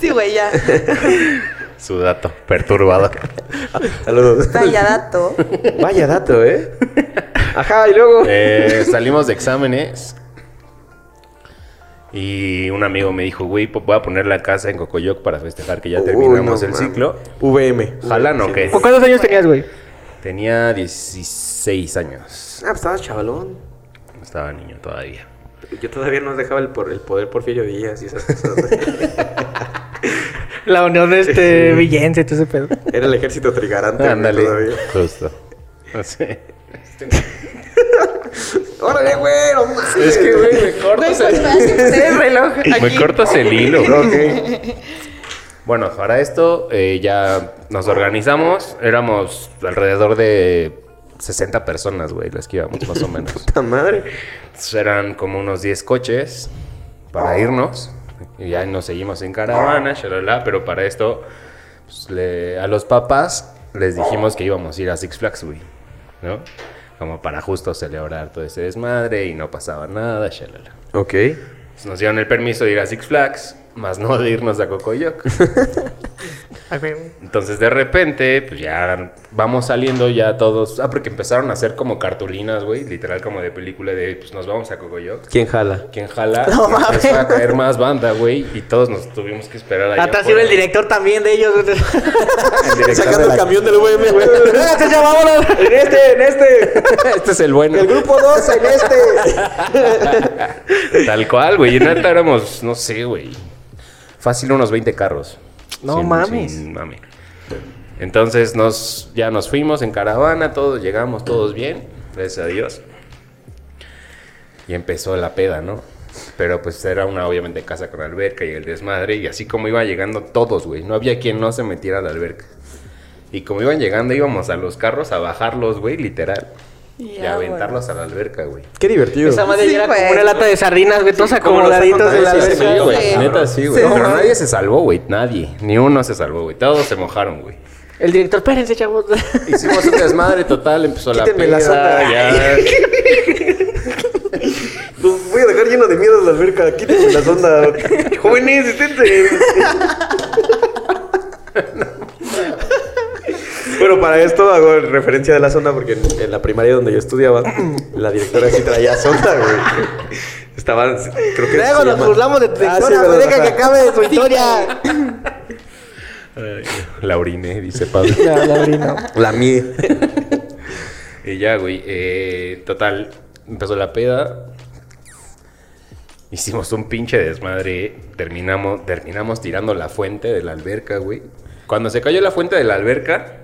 Sí, güey, ya. Su dato perturbado. Saludos. Vaya dato. Vaya dato, ¿eh? Ajá, y luego... Eh, salimos de exámenes. Y un amigo me dijo, güey, po- voy a poner la casa en Cocoyoc para festejar que ya Uy, terminamos no el mames. ciclo. VM. ¿Jalan o qué? ¿Con cuántos años tenías, güey? Tenía 16 años. Ah, pues estaba chavalón. Estaba niño todavía. Yo todavía no dejaba el, por, el poder Porfirio Díaz y esas cosas. La unión de este villense y todo ese pedo. Era el ejército trigarante. güey, Ándale. todavía. Justo. Así. Órale, güey, no mames. Es que, güey, me cortas el reloj. el, me aquí. cortas el hilo. Ok. Bueno, para esto eh, ya nos organizamos. Éramos alrededor de 60 personas, güey, las que íbamos más o menos. Puta madre. Eran como unos 10 coches para irnos. Y ya nos seguimos en caravana, shalala, pero para esto pues, le- a los papás les dijimos que íbamos a ir a Six Flags, güey. ¿No? Como para justo celebrar todo ese desmadre y no pasaba nada, shalala. Ok. Pues nos dieron el permiso de ir a Six Flags, más no de irnos a Cocoyoc. Ay, güey. Entonces de repente, pues ya vamos saliendo ya todos. Ah, porque empezaron a hacer como cartulinas, güey. Literal como de película de, pues nos vamos a Cocoyoc. ¿Quién jala? Quien jala, No Y empezó mames. a caer más banda, güey. Y todos nos tuvimos que esperar allá Atrás afuera. iba el director también de ellos. El director de Sacando la- el camión del VM, güey. Gracias, ya vámonos. En este, en este. Este es el bueno. El grupo 2, en este. Tal cual, güey. Y neta éramos, no sé, güey. Fácil unos 20 carros. No mames. sin mame. Entonces nos, ya nos fuimos en caravana, todos llegamos, todos bien. Gracias a Dios. Y empezó la peda, ¿no? Pero pues era una, obviamente, casa con alberca y el desmadre. Y así como iban llegando todos, güey. No había quien no se metiera a la alberca. Y como iban llegando, íbamos a los carros a bajarlos, güey, literal. Ya, y a aventarlos a la alberca, güey. Qué divertido. Esa madre Sí, ya era güey. como una lata de sardinas, güey. Todos como los acomodaditos de Sí, la Sí, sí, verga. güey. sí. Neta, sí, güey. Sí, Pero ¿no? nadie se salvó, güey. Nadie. Ni uno se salvó, güey. Todos se mojaron, güey. El director, espérense, chavos. Hicimos un desmadre total. Empezó Quítenme la la peda. sonda. ya. Los Pues voy a dejar lleno de miedo la alberca. Quítense la sonda. Jóvenes, esténse. Bueno, para esto hago referencia de la sonda porque en, en la primaria donde yo estudiaba, la directora sí traía sonda, güey. Estaban, creo que... Luego se nos llama- burlamos de tu Ah, sí, directora, güey. ¿verdad? Deja que acabe su historia. La oriné, dice Pablo. Ya, la abrí, no. La mía. Y ya, güey. eh, total, empezó la peda. Hicimos un pinche desmadre. Terminamos, terminamos tirando la fuente de la alberca, güey. Cuando se cayó la fuente de la alberca,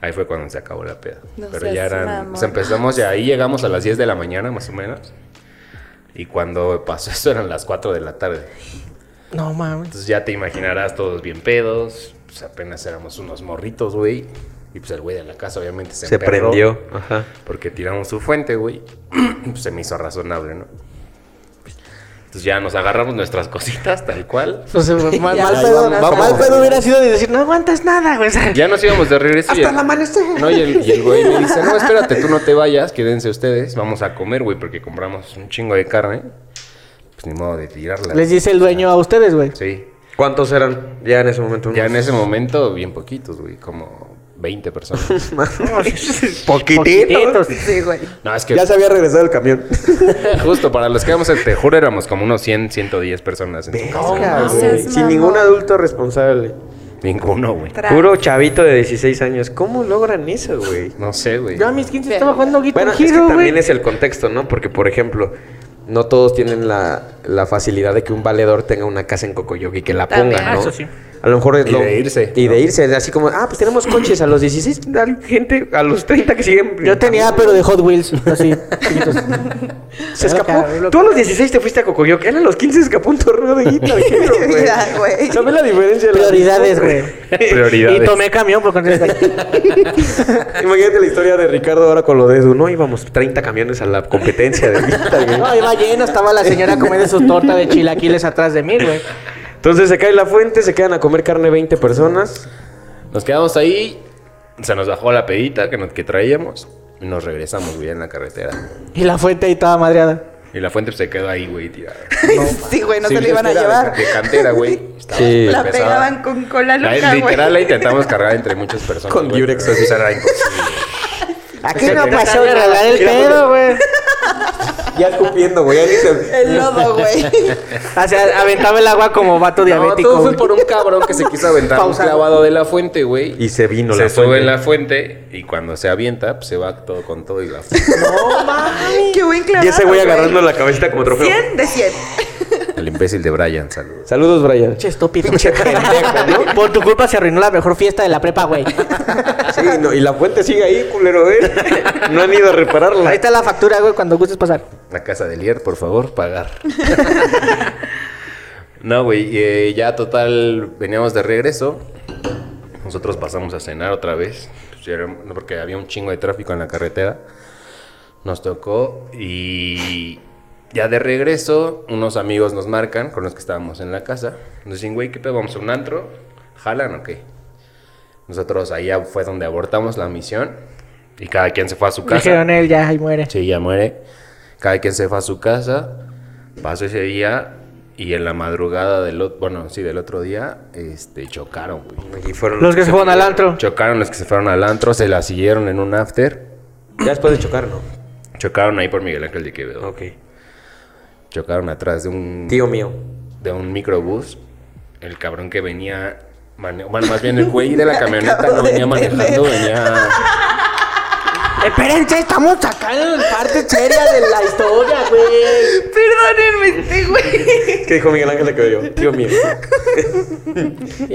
ahí fue cuando se acabó la peda. No Pero seas ya eran. mamón. O sea, empezamos y ahí llegamos a las 10 de la mañana, más o menos. Y cuando pasó eso eran las 4 de la tarde. No mames. Entonces ya te imaginarás todos bien pedos. Pues apenas éramos unos morritos, güey. Y pues el güey de la casa obviamente se, Se emperró. prendió. Ajá. Porque tiramos su fuente, güey. Pues se me hizo razonable, ¿no? Entonces ya nos agarramos nuestras cositas, tal cual. No sé, mal, mal Ya, ahí pedo, vamos, mal vamos. pedo hubiera sido de decir, no aguantas nada, güey. Ya nos íbamos de regreso. y el, No, y el, y el güey me dice, no, espérate, tú no te vayas, quédense ustedes. Vamos a comer, güey, porque compramos un chingo de carne. Pues ni modo de tirarla. Les dice el dueño a ustedes, güey. Sí. ¿Cuántos eran ya en ese momento? Ya en ese momento, bien poquitos, güey. Como 20 personas. Poquitito. Sí, güey. No, es que Ya se había regresado el camión. justo para los que vamos, te juro, éramos como unos 100, 110 personas. en su casa. Verga, no güey. seas Sin mamón. ningún adulto responsable. Ninguno, güey. Tra- Puro chavito de 16 años. ¿Cómo logran eso, güey? No sé, güey. Yo a mis 15 Pero- estaba jugando Guitar Bueno, es que Hero, güey. también es el contexto, ¿no? Porque, por ejemplo, no todos tienen la, la facilidad de que un valedor tenga una casa en Cocoyoc y que la También. ponga, Ah, ¿no? eso sí. A lo mejor es Y lo- de irse, Y ¿no? de irse, así como, ah, pues tenemos coches a los 16, hay gente a los 30 que siguen. Yo tenía, pero de Hot Wheels, así, chiquitos. Se escapó. Claro, loco. Tú a los 16 te fuiste a Cocoyoc, él a los 15 se escapó un torneo de guitarra. güey. Ya, güey. ¿Sabes la diferencia? de las Prioridades, cosas, güey. Prioridades. Y tomé camión porque no está Imagínate la historia de Ricardo ahora con lo de Edu. No íbamos 30 camiones a la competencia de guitarra, güey. No, iba lleno, estaba la señora comiendo su torta de chilaquiles atrás de mí, güey. Entonces se cae la fuente, se quedan a comer carne 20 personas. Nos quedamos ahí, se nos bajó la pedita que, nos, que traíamos y nos regresamos, güey, en la carretera. Y la fuente ahí estaba madreada. Y la fuente pues, se quedó ahí, güey, tirada. Sí, güey, no Sí, se lo iban a era de- llevar. De, cantera, güey. Estaba Sí. súper La pesada. pegaban con cola La- loca, güey. literal la intentamos cargar entre muchas personas. Con güey, Durex. pero eso era imposible. Aquí no pasó regalar el pedo, güey. Ya escupiendo, güey. El lodo, güey. O sea, aventaba el agua como vato No, diabético. todo fue güey. por un cabrón que se quiso aventar Pausa. un clavado de la fuente, güey. Y se vino se la sube fuente. la fuente y cuando se avienta, pues, se va todo con todo y la Qué buen clavado, Y ese güey agarrando la cabecita como trofeo. 100 de 100. El imbécil de Brian, saludos. Saludos, Brian. Pinche estúpido. ¿no? Por tu culpa se arruinó la mejor fiesta de la prepa, güey. Sí, no, y la fuente sigue ahí, culero, ¿eh? No han ido a repararla. Ahí está la factura, güey, cuando gustes pasar. La casa de Lier, por favor, pagar. no, güey, eh, ya total, veníamos de regreso. Nosotros pasamos a cenar otra vez. Pues, ya era- no, Porque había un chingo de tráfico en la carretera. Nos tocó y ya de regreso, unos amigos nos marcan con los que estábamos en la casa. Nos dicen, güey, ¿qué pedo? ¿Vamos a un antro? ¿Jalan o qué? Nosotros ahí ya fue donde abortamos la misión y cada quien se fue a su casa. Dijeron él, ya, ahí muere. Sí, ya muere. Cada quien se fue a su casa. Pasó ese día y en la madrugada del otro, bueno, sí, del otro día, este, chocaron, güey. Y fueron Los que se juegan al antro. Chocaron los que se fueron al antro, se la siguieron en un after. Ya después de chocar, ¿no? Chocaron ahí por Miguel Ángel de Quevedo. Ok. Chocaron atrás de un, Tío mío. de un microbús. El cabrón que venía, mane- bueno, más bien el güey de la camioneta acabo no de venía manejando, venía... Espérense, estamos sacando parte seria de la historia, güey. Perdónenme, este güey. ¿Qué dijo Miguel Ángel de Cabello? Tío mío.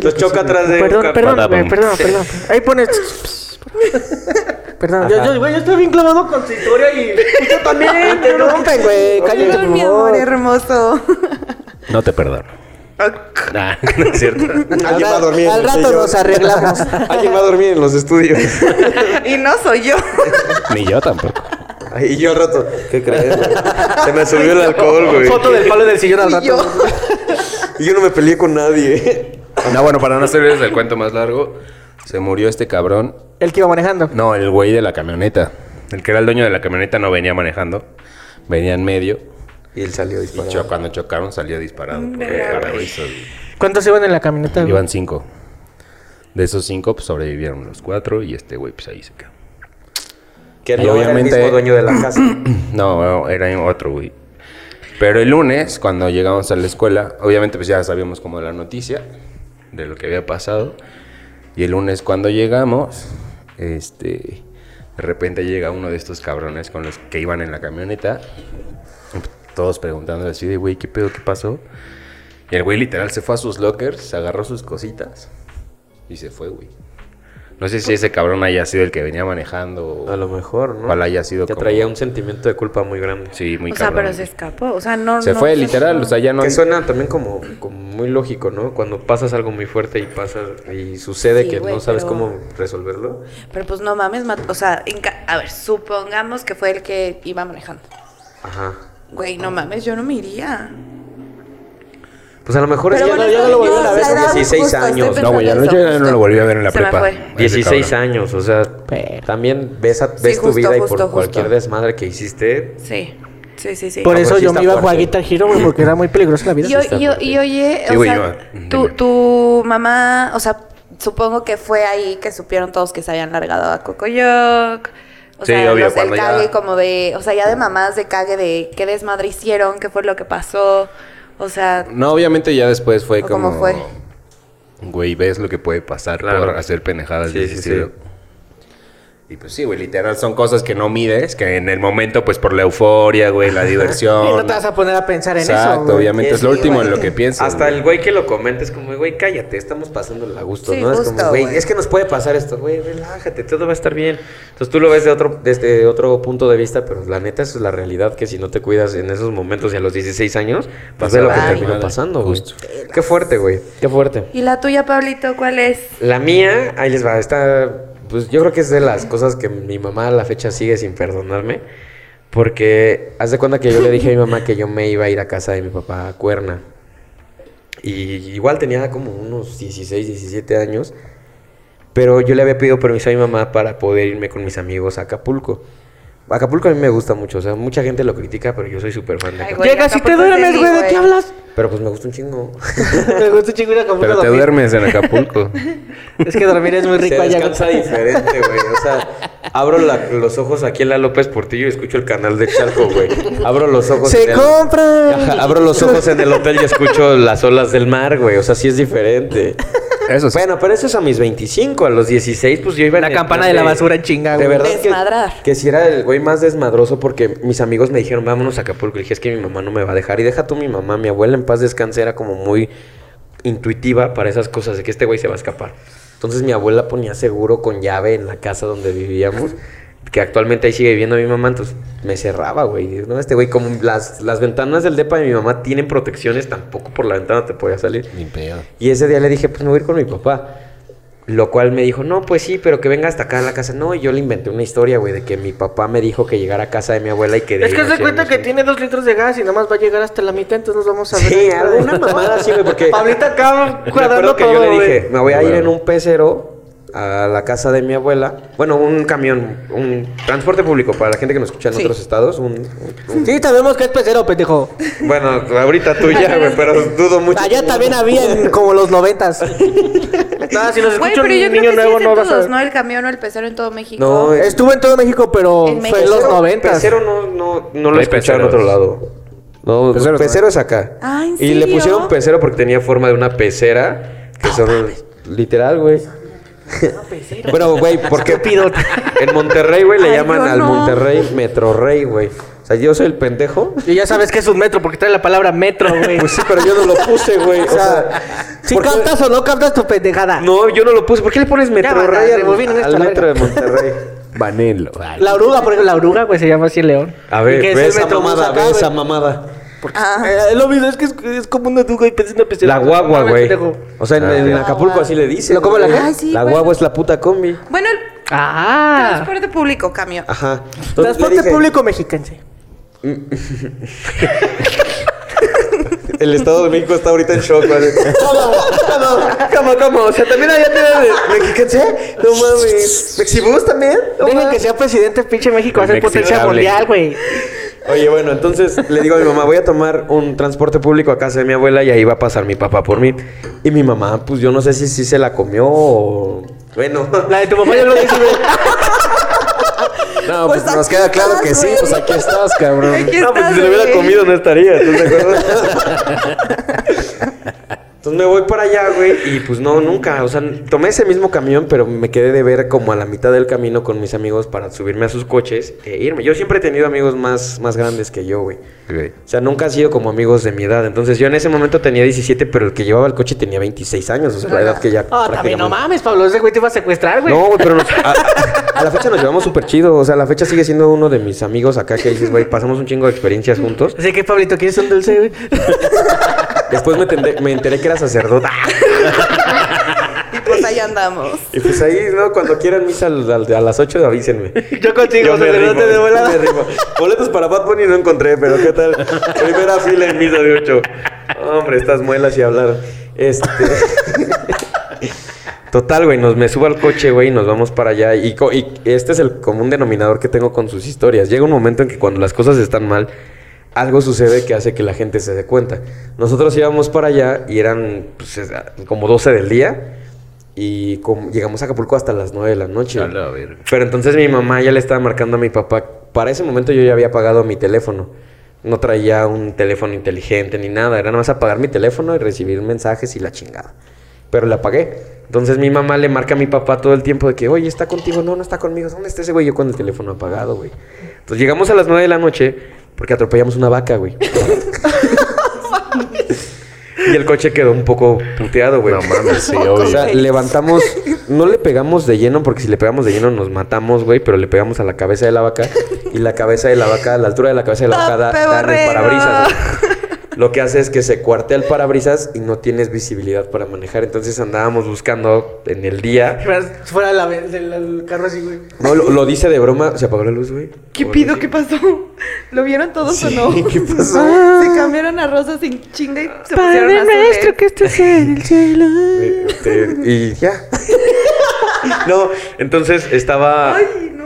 Los choca atrás de Perdón, un perdón, Padabum. güey, perdón, perdón. Ahí pones. Perdón, yo, yo, güey, yo estoy bien clavado con tu historia y. Yo también, te rompen, güey. Cállate, Perdón, por mi amor favor. hermoso. No te perdono. Nah, Ah, no es cierto. Alguien va a dormir. en Al el rato sillón. nos arreglamos. Alguien va a dormir en los estudios. Y no soy yo. Ni yo tampoco. Ay, Y yo al rato, ¿qué crees? güey? Se me subió el alcohol, güey. Foto del palo del sillón al Y rato. yo. Y yo no me peleé con nadie. No, bueno, para no hacerles el cuento más largo, se murió este cabrón. El que iba manejando. No, el güey de la camioneta. El que era el dueño de la camioneta no venía manejando. Venía en medio. Y él salió Y disparado. cho- cuando chocaron salió disparado por el Verga. parabrisas. ¿Cuántos iban en la camioneta? güey? Iban cinco. De esos cinco, pues sobrevivieron los cuatro y este güey, pues ahí se quedó. Que Y no era el obviamente- mismo dueño de la casa. No, no, era otro güey. Pero el lunes, cuando llegamos a la escuela, obviamente pues ya sabíamos como la noticia de lo que había pasado. Y el lunes cuando llegamos, este, de repente llega uno de estos cabrones con los que iban en la camioneta. Todos preguntando así de, güey, ¿qué pedo? ¿Qué pasó? Y el güey literal se fue a sus lockers, se agarró sus cositas y se fue, güey. No sé si ese cabrón haya sido el que venía manejando. o- A lo mejor, ¿no? Ojalá haya sido Te como- traía un sentimiento de culpa muy grande. Sí, muy O sea, cabrón. pero se escapó. O sea, no. Se no- fue literal, o sea, ya no. Que suena también como, como muy lógico, ¿no? Cuando pasas algo muy fuerte y pasa y sucede Sí, que güey, no sabes pero- cómo resolverlo. Pero pues no mames, mat- o sea, en ca- a ver, supongamos que fue el que iba manejando. Ajá. Güey, Ah. no mames, yo no me iría. Pues a lo mejor Pero es bueno, ya, ya lo yo- volvieron a ver o sea, con era 16 justo, estoy años. No, güey, ya no, yo ya no lo volví a ver en la Se me prepa. fue. Ese 16 cabrón. años, o sea, Pero- también ves, a- ves Sí, tu justo, vida y por justo, cualquier justo. desmadre que hiciste. Sí, sí, sí, sí. Por Ah, eso pues sí yo está me iba a jugar fuerte. Guitar Hero, güey, porque era muy peligrosa la vida. y, o- está y o- fuerte. y oye, Sí, o güey, sea, yo- tu, dime. tu mamá, o sea, Supongo que fue ahí que supieron todos que se habían largado a Cocoyoc. O Sí, sea, obvio, los del cuando ya- cague como de... O sea, ya de mamás de cague de qué desmadre hicieron, qué fue lo que pasó. O sea, No, obviamente ya después fue ¿O cómo como... fue? Güey, ves lo que puede pasar Claro. por hacer pendejadas Sí, de sí, ese sí. estilo. Y pues sí, güey, literal son cosas que no mides, que en el momento, pues por la euforia, güey, la diversión. Y no te vas a poner a pensar en eso. Exacto, güey. obviamente es lo Sí, último güey. en lo que piensas. Hasta güey. el güey que lo comenta es como, güey, cállate, estamos pasándola a gusto, Sí, ¿no? es justo, como, güey, güey. es que nos puede pasar esto, güey, relájate, todo va a estar bien. Entonces tú lo ves de otro, desde otro punto de vista, pero la neta eso es la realidad que si no te cuidas en esos momentos y a los 16 años, vas a ver lo que Ay, terminó madre, pasando, güey. justo. Qué fuerte, güey. Qué fuerte. ¿y la tuya, Pablito, cuál es? La mía, ahí les va, está, pues yo creo que es de las cosas que mi mamá a la fecha sigue sin perdonarme, porque haz de cuenta que yo le dije a mi mamá que yo me iba a ir a casa de mi papá a Cuerna. Y igual tenía como unos 16, 17 años, pero yo le había pedido permiso a mi mamá para poder irme con mis amigos a Acapulco. Acapulco a mí me gusta mucho, o sea, mucha gente lo critica, pero yo soy súper fan de Ay, Acapulco. Güey, Llegas y te Acapulco es duermes, de güey. mí, ¿De qué güey. hablas? Pero pues me gusta un chingo. Me gusta un chingo ir a Acapulco Pero a te dormir. duermes en Acapulco. Es que dormir es muy rico Se allá. descansa güey. diferente, güey. O sea, abro la- los ojos aquí en la López Portillo y escucho el canal de Chalco, güey. Abro los ojos. en Se Pues, el- compran. Ajá, abro los ojos en el hotel y escucho las olas del mar, güey. O sea, sí es diferente. Eso sí. Bueno, pero eso es a mis 25. A los 16, pues yo iba en La el campana plan de la basura en chinga, De güey. verdad. que- Desmadrar. Que, si era el güey más desmadroso porque mis amigos me dijeron, vámonos a Acapulco. Y dije, es que mi mamá no me va a dejar. Y deja tú mi mamá. Mi abuela en paz descanse era como muy intuitiva para esas cosas de que este güey se va a escapar. Entonces mi abuela ponía seguro con llave en la casa donde vivíamos. Que actualmente ahí sigue viviendo mi mamá, entonces me cerraba, güey. No, este güey, como las, las ventanas del depa de mi mamá tienen protecciones, tampoco por la ventana te podía salir. Ni pedo. Y ese día le dije, pues me voy a ir con mi papá. Lo cual me dijo, no, pues sí, pero que venga hasta acá a la casa. No, y yo le inventé una historia, güey, de que mi papá me dijo que llegara a casa de mi abuela y que... de Es ahí que nos se cuenta íbamos que a- tiene dos litros de gas y nada más va a llegar hasta la mitad, entonces nos vamos a ver. Sí, ahí, güey. alguna mamada así, güey, porque... Pablito acá Me cuadrando acuerdo que todo, yo le güey. dije, me voy a ir Bueno. en un pecero a la casa de mi abuela. Bueno, un camión, un transporte público para la gente que nos escucha en Sí. otros estados. un- un- Sí, sabemos que es pecero, pendejo. bueno, ahorita tú ya, güey, pero dudo mucho. Allá también había en como los noventas. Nada, si nos Pues Güey, escucha pero yo un creo que niño sí nuevo es en no vas a... todos, ¿no? El camión o el pecero en todo México. No, eh. es- Estuvo en todo México, pero En fue en los Pecero- noventas. Pecero no, no, no lo Hay escucharon en peceros. otro lado. No, Peceros pecero, no hay. es acá. Ah, ¿en y le serio? pusieron pecero porque tenía forma de una pecera, que son literal, güey. bueno, güey, porque en Monterrey, güey, le Ay, llaman yo al no. Monterrey Metro Rey, güey. O sea, yo soy el pendejo. Y ya sabes que es un metro, porque trae la palabra metro, güey. Pues sí, pero yo no lo puse, güey. O sea, si ¿por qué- cantas o no cantas tu pendejada. No, yo no lo puse. ¿Por qué le pones Metro banda, Rey rebobinen al, al esto, la metro de verga. Monterrey? Vanelo. Ay. La oruga, por ejemplo, la oruga, güey, se llama así el león. A Y ver, que es ve el esa Metrobús mamada, acá, ve güey. esa mamada. Ah, Eh, lo mismo, es que es, es como una oruga y pensé en una pecera. La guagua, Mames, güey. pendejo. O sea, en, Ah, en ya. Acapulco así le dicen. ¿Lo cómo la pues. güey. gente? Ay, sí, La bueno. guagua es la puta combi. Bueno, el Ah. transporte público, camión. Ajá. Entonces, Transporte le dije, público mexiquense. El Estado de México está ahorita en shock, güey. ¿Cómo? ¿Cómo? ¿Cómo? ¿Cómo? O sea, también allá tiene... ¿Mexiquense? No mames. ¿Mexibus también? No Dejen que mames. sea presidente pinche México, va a El ser potencia mexicable. mundial, güey. Oye, bueno, entonces le digo a mi mamá, voy a tomar un transporte público a casa de mi abuela y ahí va a pasar mi papá por mí. Y mi mamá, pues yo no sé si, si se la comió o... Bueno. La de tu papá ya lo dice, güey. No, Pues aquí estás, güey. estás, cabrón. Aquí no, pues estás, si se lo hubiera güey. comido no estaría, ¿estás de acuerdo? Entonces me voy para allá, güey, y pues no, nunca. O sea, tomé ese mismo camión, pero me quedé de ver como a la mitad del camino con mis amigos para subirme a sus coches e irme. Yo siempre he tenido amigos más, más grandes que yo, güey. Güey. O sea, nunca han sido como amigos de mi edad. Entonces yo en ese momento tenía 17, pero el que llevaba el coche tenía 26 años. O sea, la edad que ya. Ah, también no prácticamente- mames, Pablo, ese güey te iba a secuestrar, güey. no, güey, pero nos- a, a- a la fecha nos llevamos súper chido. O sea, a la fecha sigue siendo uno de mis amigos acá que dices, güey, pasamos un chingo de experiencias juntos. Así que, Pablito, ¿quieres un dulce, güey? Después me, tendé- me enteré que era sacerdote. Y pues ahí andamos. Y pues ahí, ¿no? Cuando quieran misa al- al- a, las 8, avísenme. Yo contigo, Yo me sacerdote rifo, de yo volada. me rifo. Boletos para Bad Bunny no encontré, pero ¿qué tal? Primera fila en misa de 8. Hombre, estas muelas y hablar. Este. Total, güey, nos me subo al coche, güey, y nos vamos para allá. Y, co- y este es el común denominador que tengo con sus historias. Llega un momento en que cuando las cosas están mal, algo sucede que hace que la gente se dé cuenta. Nosotros íbamos para allá y eran pues, es- como 12 del día. Y como- llegamos a Acapulco hasta las 9 de la noche. A la verga. Pero entonces mi mamá ya le estaba marcando a mi papá. Para ese momento yo ya había apagado mi teléfono. No traía un teléfono inteligente ni nada. Era nada más apagar mi teléfono y recibir mensajes y la chingada. Pero la apagué. Entonces mi mamá le marca a mi papá todo el tiempo de que, oye, está contigo. No, no está conmigo. ¿Dónde está ese güey? Yo con el teléfono apagado, güey. Entonces llegamos a las 9 de la noche porque atropellamos una vaca, güey. y el coche quedó un poco puteado, güey. No mames, sí, Poco O obvio. sea, Güey. levantamos, no le pegamos de lleno, porque si le pegamos de lleno nos matamos, güey, pero le pegamos a la cabeza de la vaca y la cabeza de la vaca, a la altura de la cabeza de la vaca da, Tope da en eh, el borrego. parabrisas. güey. Lo que hace es que se cuartea el parabrisas y no tienes visibilidad para manejar. Entonces andábamos buscando en el día. Fuera de la- del del carro así, güey. No, lo, lo dice de broma, se apagó la luz, güey. ¿Qué Por- pido? ¿Qué pasó? ¿Lo vieron todos o Sí, no? Ah. ¿Qué pasó? Se cambiaron a rosas sin chinga y se pusieron a nuestro que Este, y ya. No, entonces estaba. Ay, ¿no?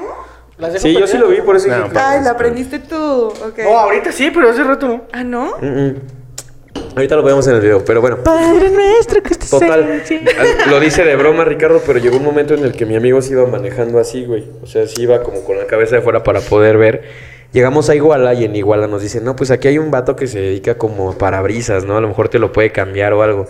Las dejo Sí, yo perder. sí lo vi, por eso. No, dije que- pues. pa- Ay, la aprendiste tú. Ok. No, ahorita sí, pero hace rato no. Ah, ¿no? Mm, mm. Ahorita lo vemos en el video, pero bueno. Total. al- Lo dice de broma Ricardo, pero llegó un momento en el que mi amigo se iba manejando así, güey. O sea, se iba como con la cabeza de fuera para poder ver. Llegamos a Iguala y en Iguala nos dicen, no, pues aquí hay un vato que se dedica como a parabrisas, ¿no? A lo mejor te lo puede cambiar o algo.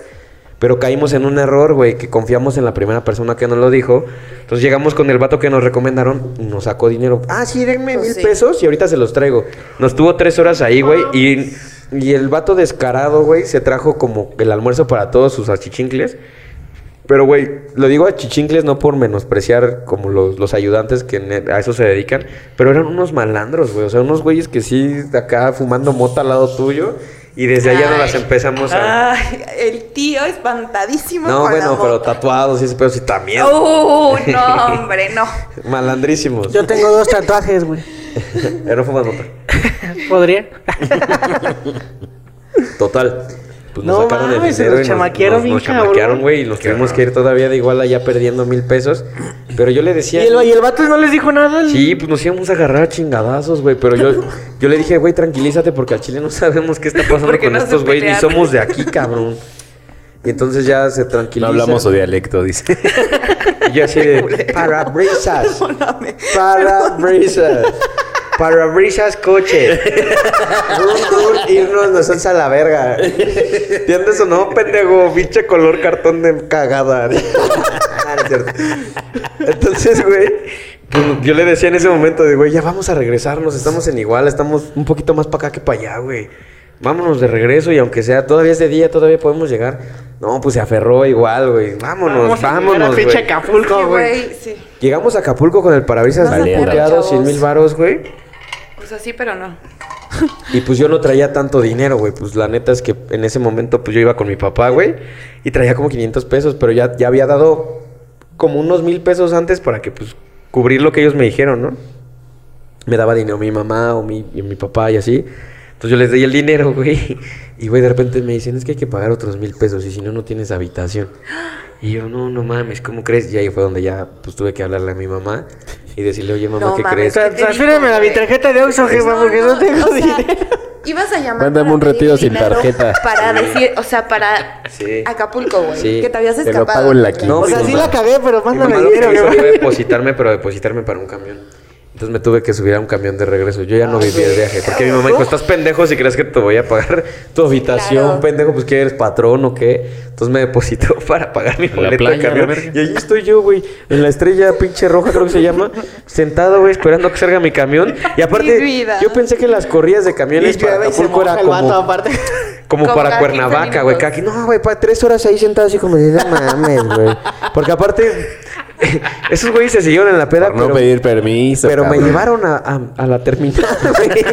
Pero caímos en un error, güey, que confiamos en la primera persona que nos lo dijo. Entonces llegamos con el vato que nos recomendaron, nos sacó dinero. Ah, sí, denme Pues mil sí. pesos y ahorita se los traigo. Nos tuvo tres horas ahí, güey, y, y el vato descarado, güey, se trajo como el almuerzo para todos sus achichincles. Pero, güey, lo digo a chichincles no por menospreciar como los, los ayudantes que ne- a eso se dedican, pero eran unos malandros, güey. O sea, unos güeyes que sí, acá fumando mota al lado tuyo y desde allá nos las empezamos a... Ah, Ay, el tío espantadísimo. No, con la bueno, pero mota. tatuados y ese pedo sí también. Oh. Uh, no, hombre, no. Malandrísimos. Yo tengo dos tatuajes, güey. Pero no fumas mota. ¿Podría? Total. Pues No nos sacaron el mames, se dinero los y nos, chamaquearon nos- bien nos chamaquearon, cabrón. güey, y nos tuvimos que ir todavía de igual allá perdiendo mil pesos. Pero yo le ¿Y decía... el, y el vato no les dijo nada. el- Sí, pues nos íbamos a agarrar a chingadazos, güey. Pero yo, yo le dije, güey, tranquilízate porque al chile no sabemos qué está pasando Porque con no se estos güeyes. Ni pelean. somos de aquí, cabrón. Y entonces ya se No tranquiliza. hablamos su dialecto, dice. Y yo así de, parabrisas, Perdóname. parabrisas, parabrisas coche. Run, run, irnos nosotros a la verga. ¿Entiendes o no, pendejo? Pinche color cartón de cagada. Ah, no es cierto. Entonces, güey, pues, yo le decía en ese momento de, güey, ya vamos a regresarnos, estamos en igual, estamos un poquito más para acá que para allá, güey. Vámonos de regreso y aunque sea todavía es de día, todavía podemos llegar. No, pues se aferró igual, güey. Vámonos, Vamos a llegar a vámonos, pinche güey. Acapulco, Sí, güey. güey, sí. Llegamos a Acapulco con el parabrisas No se puteado, pueden, chavos. 100 mil varos, güey. O sea, sí, pero no. Y pues yo no traía tanto dinero, güey. Pues la neta es que en ese momento pues yo iba con mi papá, güey. Y traía como 500 pesos, pero ya, ya había dado como unos mil pesos antes para que pues cubrir lo que ellos me dijeron, ¿no? Me daba dinero mi mamá o mi, y mi papá y así. Entonces yo les di el dinero, güey. Y güey, de repente me dicen, es que hay que pagar otros mil pesos y si no, no tienes habitación. Y yo, no, no mames, ¿cómo crees? Y ahí fue donde ya pues tuve que hablarle a mi mamá y decirle, oye mamá, No ¿qué crees? mames, ¿qué Tra- te Transfíreme digo, a mi güey? tarjeta de Oxxo, jefa, porque no tengo Pues o sea, dinero. Ibas a llamar. Mándame para un retiro pedir sin dinero tarjeta. Para decir, o sea, para Sí. Acapulco, güey. Sí. Que te habías Te lo escapado. pago en la güey. quinta. No, O sea, mi sí mamá. la cagué, pero Mi mamá mándame lo que dinero, hizo jefa. fue depositarme, pero depositarme para un camión. Entonces me tuve que subir a un camión de regreso. Yo ya no viví el viaje. Porque mi mamá dijo, estás pendejo si crees que te voy a pagar tu habitación, Claro. pendejo, pues que eres patrón o qué. Entonces me depositó para pagar mi la boleto de playa, camión. la verga. Y ahí estoy yo, güey, en la estrella pinche roja, creo que se llama, sentado, güey, esperando que salga mi camión. Y aparte, Mi vida. yo pensé que las corridas de camiones Y para llueve y se Acapulco moja era el vato, como aparte. como, Como para cada quince Cuernavaca, güey. minutos. cada quien- no, güey, para tres horas ahí sentado así como de no mames, güey. Porque aparte, esos güeyes se siguieron en la peda, Por no pero, pedir permiso. pero cabrón. me Pues, llevaron a, a- a la terminal, güey.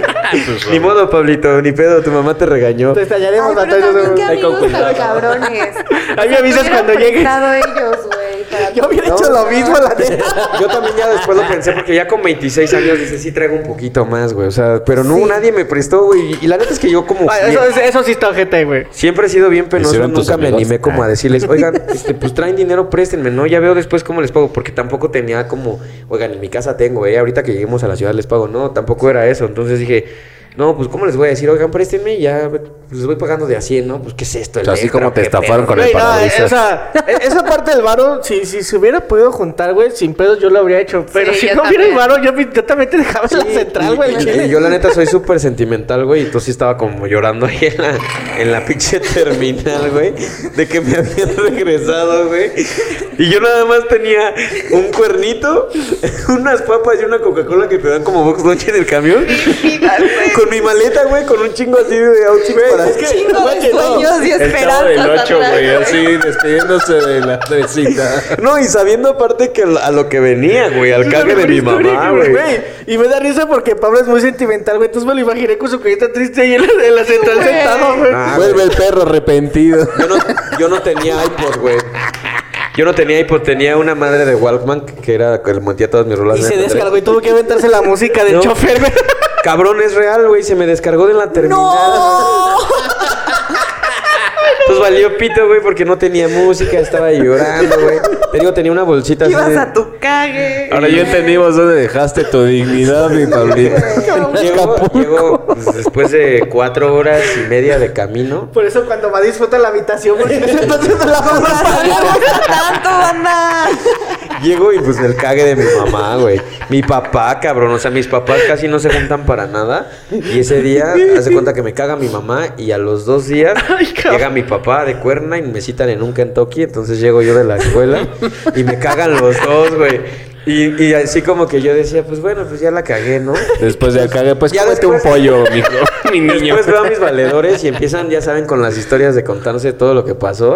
ni modo, Pablito, ni pedo, tu mamá te regañó. Te Ay, estallaremos a pero también qué todos. amigos tan cabrones. Ahí me avisas cuando llegues. Estado ellos, güey. para- Yo hubiera hecho lo mismo, la neta. Yo también ya después lo pensé porque ya con 26 años dices, sí traigo un poquito más, güey. O sea, pero no, nadie me prestó, güey. Y la neta es que yo como... Ay, Ah, Eso, eso sí está ojete, güey. Siempre he sido bien penoso, ¿Hicieron tus nunca me amigos? animé como a Ah. decirles, oigan, este, pues traen dinero, préstenme, ¿no? Ya veo después cómo les pago, porque tampoco tenía como, oigan, en mi casa tengo, ¿eh? Ahorita que lleguemos a la ciudad les pago, no, tampoco era eso. Entonces dije, no, pues cómo les voy a decir, oigan, préstenme, y ya pues les voy pagando de a 100, ¿no? Pues, ¿qué es esto? O sea, así Electra, como te qué estafaron pedo? con el Güey, no, parabrisas. o sea, e- esa parte del varo, si, si se hubiera podido juntar, güey, sin pedos yo lo habría hecho. Pero Sí, si yo no hubiera el también. varo, yo, mi- yo también te dejaba en la Sí, central, y- güey. y- al chile. y yo la neta soy súper sentimental, güey. Y tú sí estaba como llorando ahí en la, en la pinche terminal, güey. De que me habían regresado, güey. Y yo nada más tenía un cuernito, unas papas y una Coca-Cola que te dan como box lunch en el camión. con mi maleta, güey, con un chingo así de outfit para... es que- Chingo de Guache, no. sueños y El chavo esperanzas. del 8, atrás, güey, así despidiéndose de la tresita. No, y sabiendo aparte que a lo que venía, güey, al cague de mi mamá, güey. Y me da risa porque Pablo es muy sentimental, güey. Entonces me lo imaginé con su carita triste ahí en la, en la central sentado, güey. Ah, Vuelve el perro arrepentido. Yo no, yo no tenía iPod, güey. Yo no tenía iPod, tenía una madre de Walkman que era que le montía todas mis rolas. Y en se MP3. descargó y tuvo que aventarse la música del No. chofer, güey. Cabrón, es real, güey. Se me descargó de la terminal. ¡No! Pues valió pito, güey, porque no tenía música, estaba llorando, güey. Te digo, tenía una bolsita así. Ibas de- a tu cague. Ahora ya entendimos dónde dejaste tu dignidad, mi Pablito. Llegó, llegó, pues, después de cuatro horas y media de camino. Por eso cuando va disfruta la habitación, porque en ese entonces no la vamos a pagar. tanto, banda! Llego y pues el cague de mi mamá, güey. Mi papá, cabrón. O sea, mis papás casi no se juntan para nada. Y ese día, hace cuenta que me caga mi mamá. Y a los dos días Ay, cabrón. llega mi papá de cuerna y me citan en un Kentucky. Entonces llego yo de la escuela y me cagan los dos, güey. Y, y así como que yo decía, pues bueno, pues ya la cagué, ¿no? Después de acá, pues Ya cómete un después- pollo, mijo. Mi niño. Después veo a mis valedores y empiezan, ya saben, con las historias de contarse todo lo que pasó.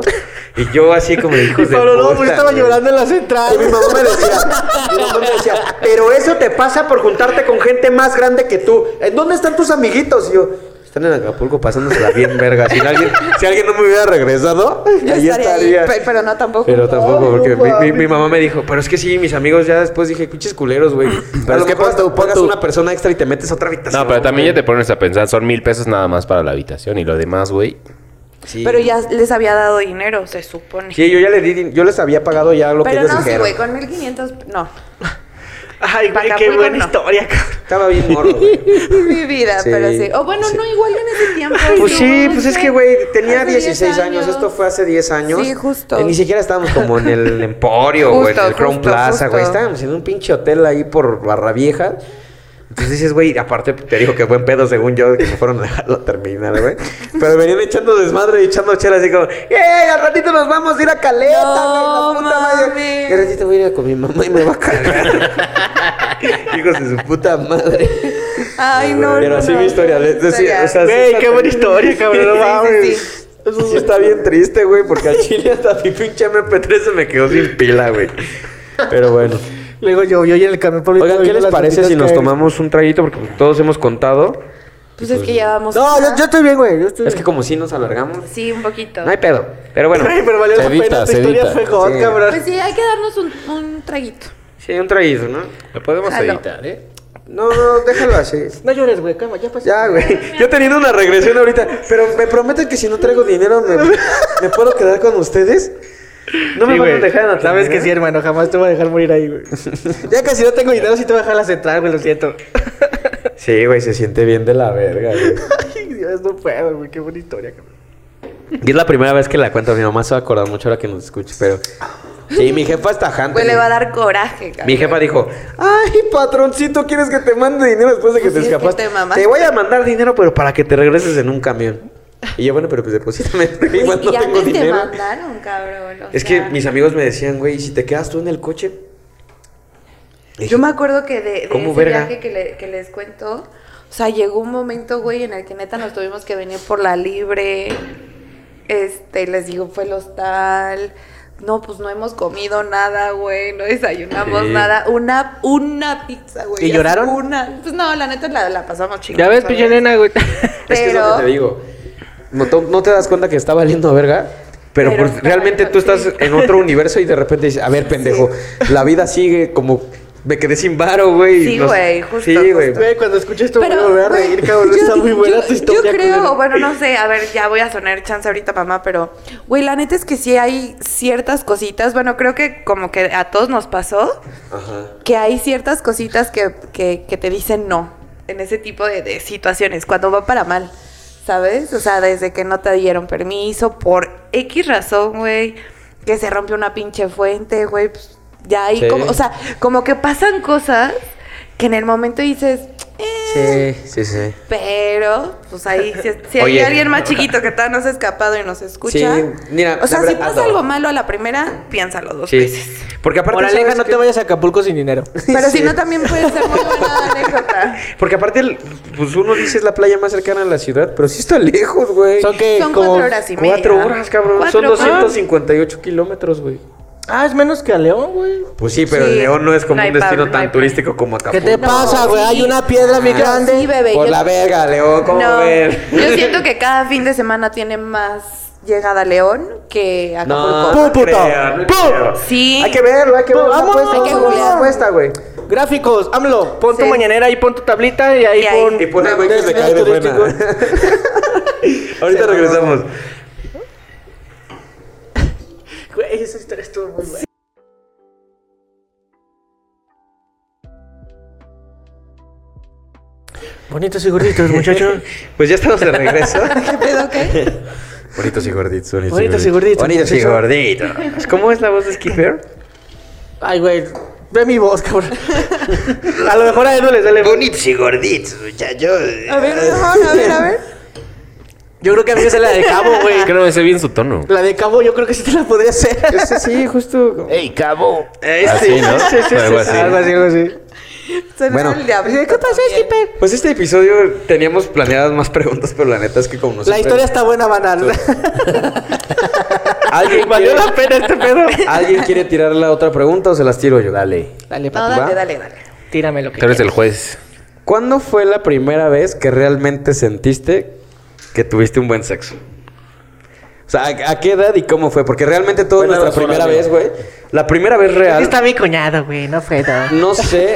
Y yo así como de Y hijos de Pablo no, puta, pues yo estaba güey. llorando en la central. Y mi mamá me decía, mi mamá me decía, pero eso te pasa por juntarte con gente más grande que tú. ¿En dónde están tus amiguitos? Y yo, están en Acapulco pasándosela bien verga. Si alguien, si alguien no me hubiera regresado, Yo ahí estaría ahí, estaría. pe- pero no tampoco. Pero tampoco, porque mi, mi- mames. mi mamá me dijo, pero es que sí, mis amigos ya después dije, pinches culeros, güey. Pero es que pon tú, pon pagas tú. una persona extra y te metes a otra habitación. No, pero también ya güey. te pones a pensar, son mil pesos nada más para la habitación y lo demás, güey. Sí. Pero ya les había dado dinero, se supone. Sí, yo ya le di, din- yo les había pagado ya lo que pero ellos no, sí, dijeron. güey, con 1500. pe- No. Ay, güey, qué Acapulco buena no. historia, cabrón. Estaba bien morro, güey. Mi vida, Sí. pero sí. O bueno, Sí. no, igual en ese tiempo. Pues no, sí, pues es que, güey, tenía hace 16 años. Esto fue hace 10 años. Sí, justo. Eh, ni siquiera estábamos como en el Emporio o en Justo, el Crown justo, Plaza, güey. justo. Estábamos en un pinche hotel ahí por Barra Vieja. Entonces dices, güey, aparte te digo que buen pedo según yo, que me fueron a dejarlo terminar, güey. Pero venían echando desmadre y echando chelas así como, ¡eh! Al ratito nos vamos a ir a caleta, No, güey, la puta madre. mames. Y al ratito voy a ir con mi mamá y me va a cargar. Hijos de su puta madre. Ay, no. Pero no, así no. mi historia. le- decía, o sea, sí Güey, está qué buena triste. historia, cabrón. No Sí, sí, mames. sí. Eso sí está bien triste, güey, porque al chile hasta mi pinche MP3 se me quedó sin pila, güey. Pero bueno. Luego yo, yo y en el camión Pablo. Oigan, ¿qué les parece si nos tomamos un traguito? Porque todos hemos contado. Pues es que ya vamos. No, yo, yo estoy bien, güey. Yo Mm. estoy Es que bien. como si nos alargamos, Sí, un poquito. no hay pedo. Pero bueno, Güey, pero valió la Cedita, pena. Tu cedita. historia fue hot, Sí. cabrón. Pues sí, hay que darnos un, un traguito. sí, un traguito, ¿no? Lo podemos Jalo. editar, ¿eh? No, no, déjalo así. No llores, güey. Calma, ya pasó. Ya, güey. Yo teniendo una regresión ahorita. Pero me prometen que si no traigo dinero, ¿me, me puedo quedar con ustedes? No me Sí, van a güey. dejar en la Sabes que terminal? sí, hermano. Jamás te voy a dejar morir ahí, güey. ya casi no tengo dinero, sí te voy a dejar la central, güey. Lo siento. Sí, güey, se siente bien de la verga, güey. Ay, Dios, no puedo, güey. Qué buena historia, cabrón. Y es la primera vez que la cuento. Mi mamá se va a acordar mucho ahora que nos escuche, pero. Sí, mi jefa es tajante. Güey, le va a dar coraje, cabrón. Mi jefa dijo: Ay, patroncito, ¿quieres que te mande dinero después de que Pues te sí, es que escapaste? te mamaste. te voy a mandar dinero, pero para que te regreses en un camión. Y yo, bueno, pero pues deposítame. porque Güey, Igual y no antes tengo te dinero. mandaron, cabrón. o Es sea. que mis amigos me decían, güey, ¿y si te quedas tú en el coche? Le dije, Yo me acuerdo que de, de ¿Cómo ese verga? viaje que, le- que les cuento, o sea, llegó un momento, güey, en el que neta nos tuvimos que venir por la libre. Este, les digo, fue el hostal. No, pues no hemos comido nada, güey. No desayunamos Sí. nada. Una, una pizza, güey. ¿Y así, lloraron? Una. Pues no, la neta la, la pasamos chingón. Ya ves, ¿sabes? pinche nena, güey. Es que es lo Pero- que te digo. No, to- no te das cuenta que está valiendo verga. Pero, Pero pues, está realmente tú valiendo, estás sí. en otro universo y de repente dices, a ver, pendejo, la vida sigue como me quedé sin varo, güey. Sí, No sé. güey, justo, Sí, güey. justo. Güey, cuando escuches esto, güey, me voy a güey, reír, cabrón. Está muy buena yo- tu historia. Yo creo, culero. bueno, no sé, a ver, ya voy a sonar chance ahorita, mamá, pero, güey, la neta es que sí hay ciertas cositas, bueno, creo que como que a todos nos pasó, Ajá. que hay ciertas cositas que, que, que te dicen no en ese tipo de, de situaciones, cuando va para mal. ¿Sabes? O sea, desde que no te dieron permiso por X razón, güey, que se rompió una pinche fuente, güey, pues, ya ahí Sí. como, o sea, como que pasan cosas que en el momento dices, eh, Sí, sí, sí. pero, pues ahí, si, si hay Oye. alguien más chiquito que todavía no se ha escapado y nos escucha. Sí, mira, o sea, la si verdad- pasa algo malo a la primera, piénsalo dos veces. Sí. Porque aparte. Moraleja, ¿sabes no qué? te vayas a Acapulco sin dinero. Pero Sí. si no, también puede ser muy buena anécdota. Porque aparte, el- pues uno dice es la playa más cercana a la ciudad, pero sí está lejos, güey. Son que Son como... cuatro horas y media. Cuatro horas, cabrón. Cuatro Son 258 kilómetros, güey. Ah, es menos que a León, güey. Pues sí, pero Sí. León no es como No hay un destino Pablo, no hay tan Pablo. turístico como ¿Qué Acapulco. te pasa, güey? Hay una piedra bien Yo grande. Ah, Sí, bebé. Por yo- la verga, León, ¿cómo no, ves? Yo siento que cada fin de semana tiene más llegada a León que a No, Acapulco. Pum, puto. creo, no Pum. creo. Sí. Hay que verlo, hay que Pum, verlo. vámonos. Apuesta, Hay que vámonos, googlear. apuesta, güey. Gráficos, AMLO, pon tu Sí. mañanera y pon tu tablita y ahí Y ahí. pon... Y pone güey que se cae de buena. Ahorita regresamos. Güey, esa historia estuvo muy buena. Bonitos y gorditos, muchachos. Pues ya estamos de regreso. ¿Qué pedo qué? Bonitos y gorditos, Bonitos y gorditos. Bonitos y gorditos. ¿Cómo es la voz de Skipper? Ay, güey, ve mi voz, cabrón. A lo mejor a él no le sale Bonitos y gorditos, muchachos. A ver, no, a ver, a ver. Yo creo que a mí me sale la de cabo, güey. Creo que me sé bien su tono. La de cabo yo creo que sí te la podría hacer. Ese sí, justo. ¡Ey, cabo! Ese, Así, ¿no? ese, ese, Algo ese. así. Algo así, algo así. Suena Bueno. el diablo. ¿Qué pasó, Skipper? Pues este episodio teníamos planeadas más preguntas, pero la neta es que como no La historia está buena, banal. ¿Alguien Valió quiere, la pena este pedo. ¿Alguien quiere tirar la otra pregunta o se las tiro yo? Dale. Dale, No, papá. ¿Va? dale, dale, dale. Tírame lo que Tú eres quieras. el juez. ¿Cuándo fue la primera vez que realmente sentiste que tuviste un buen sexo? O sea, ¿a, a qué edad y cómo fue? Porque realmente todo es Buena nuestra razón, primera amigo. vez, güey. La primera vez real. Está mi cuñado, güey, no fue todo. No sé.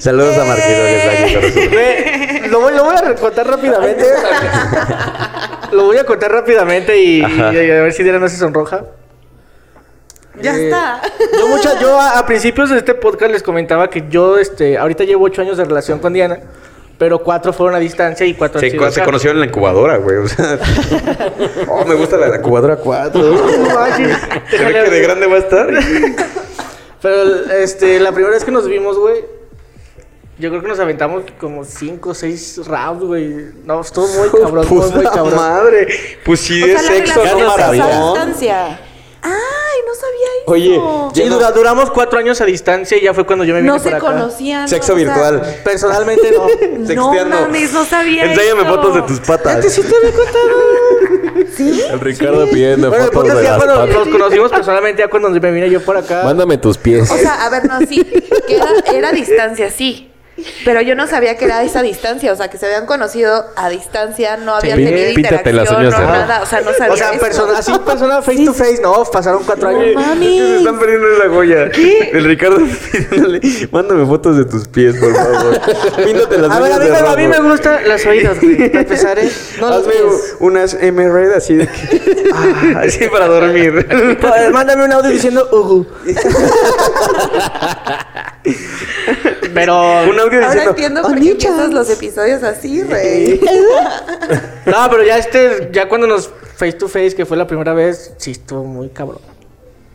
Saludos a Marquito que está aquí con nosotros. Güey, lo voy, lo voy a contar rápidamente. lo voy a contar rápidamente y, Ajá. y a ver si Diana no se sonroja. Ya Eh, está. Yo, mucha, yo a, a principios de este podcast les comentaba que yo, este, ahorita llevo ocho años de relación con Diana, pero cuatro fueron a distancia y cuatro han Se, sido co- se acá. conocieron en la incubadora, güey. O sea, oh, me gusta la de la incubadora 4. No manches. Se ve que de grande va a estar. Pero este, la primera vez que nos vimos, güey, yo creo que nos aventamos como cinco o seis rounds, güey. No, estuvo muy cabrón, estuvo muy Puta cabrón. madre. Pues sí, O sea, es la sexo relación no es a maravillón. distancia. Ay, no sabía eso. Oye, Sí, dura- duramos cuatro años a distancia y ya fue cuando yo me vine no para se acá. conocían. sexo o sea, virtual. Personalmente no. Sexteando. No mames, no sabía Enséñame eso. fotos de tus patas. El Ricardo pidiendo Bueno, el fotos punto es de que ya las cuando patas. nos conocimos personalmente, ya cuando me vine yo por acá. Mándame tus pies. O sea, a ver, no, sí. Que era, era distancia, sí. Pero yo no sabía que era esa distancia. O sea, que se habían conocido a distancia, no habían Pin- tenido píntate las interacción, uñas no de ¿eh? rojo. nada. O sea, no sabía o sea, eso. persona, así persona face to face, no, pasaron cuatro años. Se Mami. están perdiendo la joya. El Ricardo pidiéndole, mándame fotos de tus pies, por favor. Píntate las A ver, a uñas mí, de me- a rojo. mí me gustan las oídas, güey. Para empezar, ¿eh? No las Hazme ves. unas M-Raid así de que... Ah, así para dormir. Pues, Mándame un audio diciendo Ugu. Pero. Un audio Ahora diciendo... "Ah, entiendo por qué empiezas los episodios así, rey. No, pero ya este, ya cuando nos face to face, que fue la primera vez, sí estuvo muy cabrón.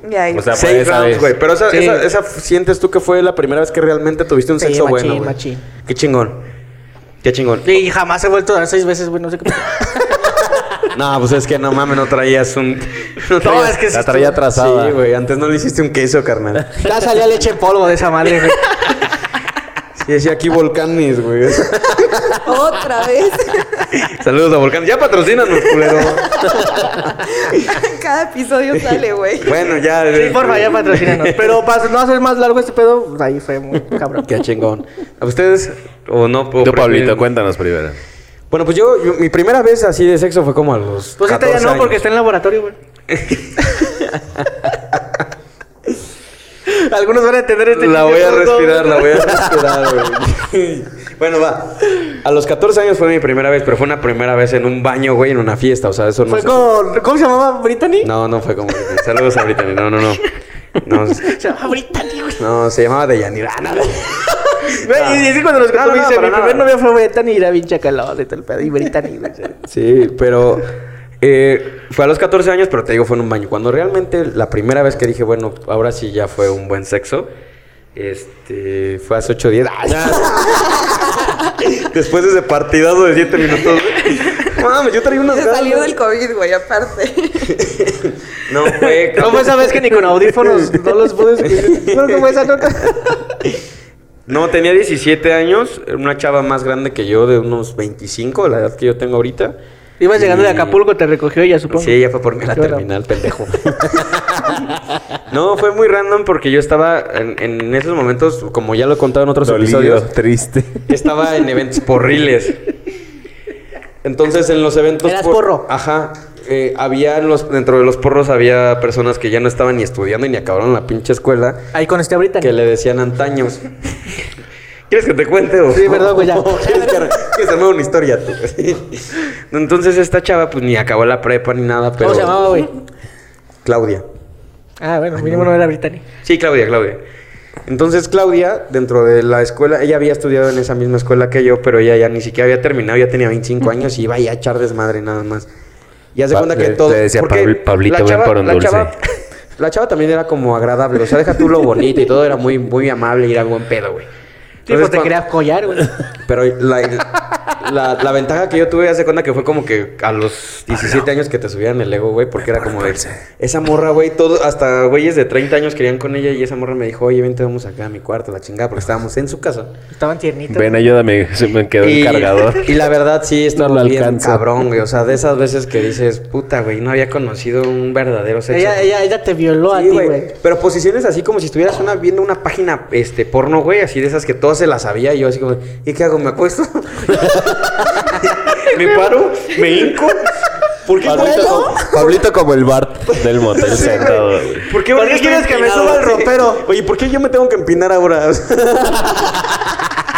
Y ahí- O sea, fue Seis esa rounds, vez. güey. Pero esa, Sí. esa, esa f- sientes tú que fue la primera vez que realmente tuviste un Sí, sexo machín, bueno, güey. machín. Qué chingón. Qué chingón. Y jamás he vuelto a dar seis veces, güey, no sé qué. No, pues es que no mames, no traías un... No, es que sí La traía estuvo- atrasada. Sí, güey. Antes no le hiciste un queso, carnal. Ya salía leche en polvo de esa madre, güey. Sí, decía aquí volcanes, güey. Otra vez. Saludos a Volcán. Ya patrocínanos, culero. Cada episodio sale, güey. bueno, ya. eh, Sí, porfa, ya patrocínanos. Pero para no hacer más largo este pedo, pues, ahí fue muy cabrón. Qué chingón. ¿A ustedes o no? O Tú, prefieren- Pablito, cuéntanos primero. Bueno, pues yo, yo- mi primera vez así de sexo fue como a los. Pues esta ya 14 no, años. porque está en laboratorio, güey. Algunos van a entender este La chiste, voy a otros no. respirar, la voy a respirar, güey. bueno, va. A los 14 años fue mi primera vez, pero fue una primera vez en un baño, güey, en una fiesta. O sea, eso no Fue se- con. ¿Cómo se llamaba? ¿Brittany? No, no fue como. Saludos a Brittany. No, no, no. No, Se llamaba Brittany, güey. no se llamaba Deyanira. Ah, no. Güey, y es que cuando los No, cuento no, me no, dice, para mi primer nada. novia fue Bethany y era bien chacalada de todo el pedo. Y Brittany, güey. Sí, pero eh, fue a los 14 años, pero te digo, fue en un baño. Cuando realmente la primera vez que dije, bueno, ahora sí ya fue un buen sexo, este, fue hace 8 días. ¡Ay! Después de ese partidazo de 7 minutos. güey. Mames, yo traía unas Se ganas. salió del COVID, güey, aparte. No fue. No fue esa vez que ni con audífonos no los pude escuchar. No, no fue esa nota. No, tenía 17 años, era una chava más grande que yo, de unos 25, la edad que yo tengo ahorita. Ibas llegando de Y- Acapulco, te recogió ella, supongo. Sí, ella fue por mí a la Yo era- terminal, pendejo. no, fue muy random porque yo estaba en, en esos momentos, como ya lo he contado en otros episodios, triste. estaba en eventos porriles. Entonces, en los eventos. Eras por- porro. Ajá. eh, había en los, dentro de los porros había personas que ya no estaban ni estudiando y ni acabaron la pinche escuela Ahí con este Brittany. que le decían antaños. ¿Quieres que te cuente? o- Sí, perdón, güey, ya. ¿Quieres que, que se mueva una historia tú? Entonces esta chava pues ni acabó la prepa ni nada, pero... ¿Cómo se llamaba, güey? Claudia. Ah, bueno, mínimo no era Brittany. Sí, Claudia, Claudia. Entonces Claudia, dentro de la escuela, ella había estudiado en esa misma escuela que yo, pero ella ya ni siquiera había terminado, ya tenía 25 años y iba ya a echar desmadre nada más. Y hace Pa- cuenta que le- todo... le decía porque Pabl- Pablito, la ven chava- por eh. un la dulce. chava- La chava también era como agradable, o sea, deja tú lo bonito y todo era muy, muy amable y era buen pedo, güey. Sí, pues Entonces, te cuan- querías collar, güey. pero la, la- la ventaja que yo tuve, hace cuenta que fue como que a los 17 años que te subían el ego, güey, porque era como de. Esa morra, güey, todo, hasta güeyes de 30 años querían con ella y esa morra me dijo, oye, vente, vamos acá a mi cuarto, la chingada, porque estábamos en su casa. Estaban tiernitos. Ven, ayúdame, se me quedó el cargador. Y la verdad, sí, esto No lo bien alcanzo. cabrón, güey. O sea, de esas veces que dices, puta, güey, no había conocido un verdadero sexo. ella, ella, ella te violó Sí, a ti, güey. güey. Pero posiciones así como si estuvieras una- viendo una página este, porno, güey, así de esas que todas se las sabía. Y yo así como, ¿y qué hago? ¿Me acuesto? ¿Me paro? ¿Me hinco? ¿Por qué Pablito, vuelo? como- Pablito como el Bart del motel sentado. güey. ¿Por qué, ¿Por qué estoy quieres que me empinado? suba al ropero? Oye, ¿por qué yo me tengo que empinar ahora?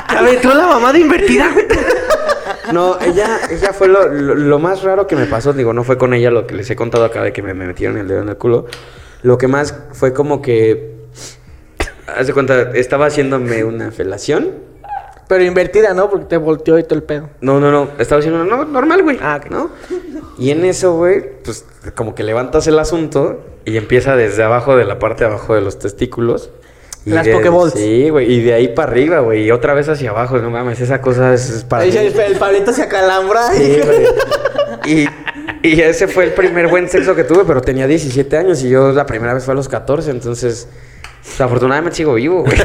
A ver, tú la mamá de invertida, güey. no, ella, ella fue lo, lo- lo más raro que me pasó. Digo, no fue con ella lo que les he contado acá de que me, me metieron el dedo en el culo. Lo que más fue como que... Haz de cuenta, estaba haciéndome una felación. Pero invertida, ¿no? Porque te volteó y todo el pedo. No, no, no. Estaba haciendo no, normal, güey. Ah, ¿no? Y en eso, güey, pues como que levantas el asunto y empieza desde abajo de la parte de abajo de los testículos. Y Las de- Pokeballs. Sí, güey. Y de ahí para arriba, güey. Y otra vez hacia abajo. No mames, esa cosa es, es para. Ahí mí. se- el, Pablito se acalambra. Sí, güey. Y, y ese fue el primer buen sexo que tuve, pero tenía 17 años y yo la primera vez fue a los 14. Entonces, pues, afortunadamente sigo vivo, güey.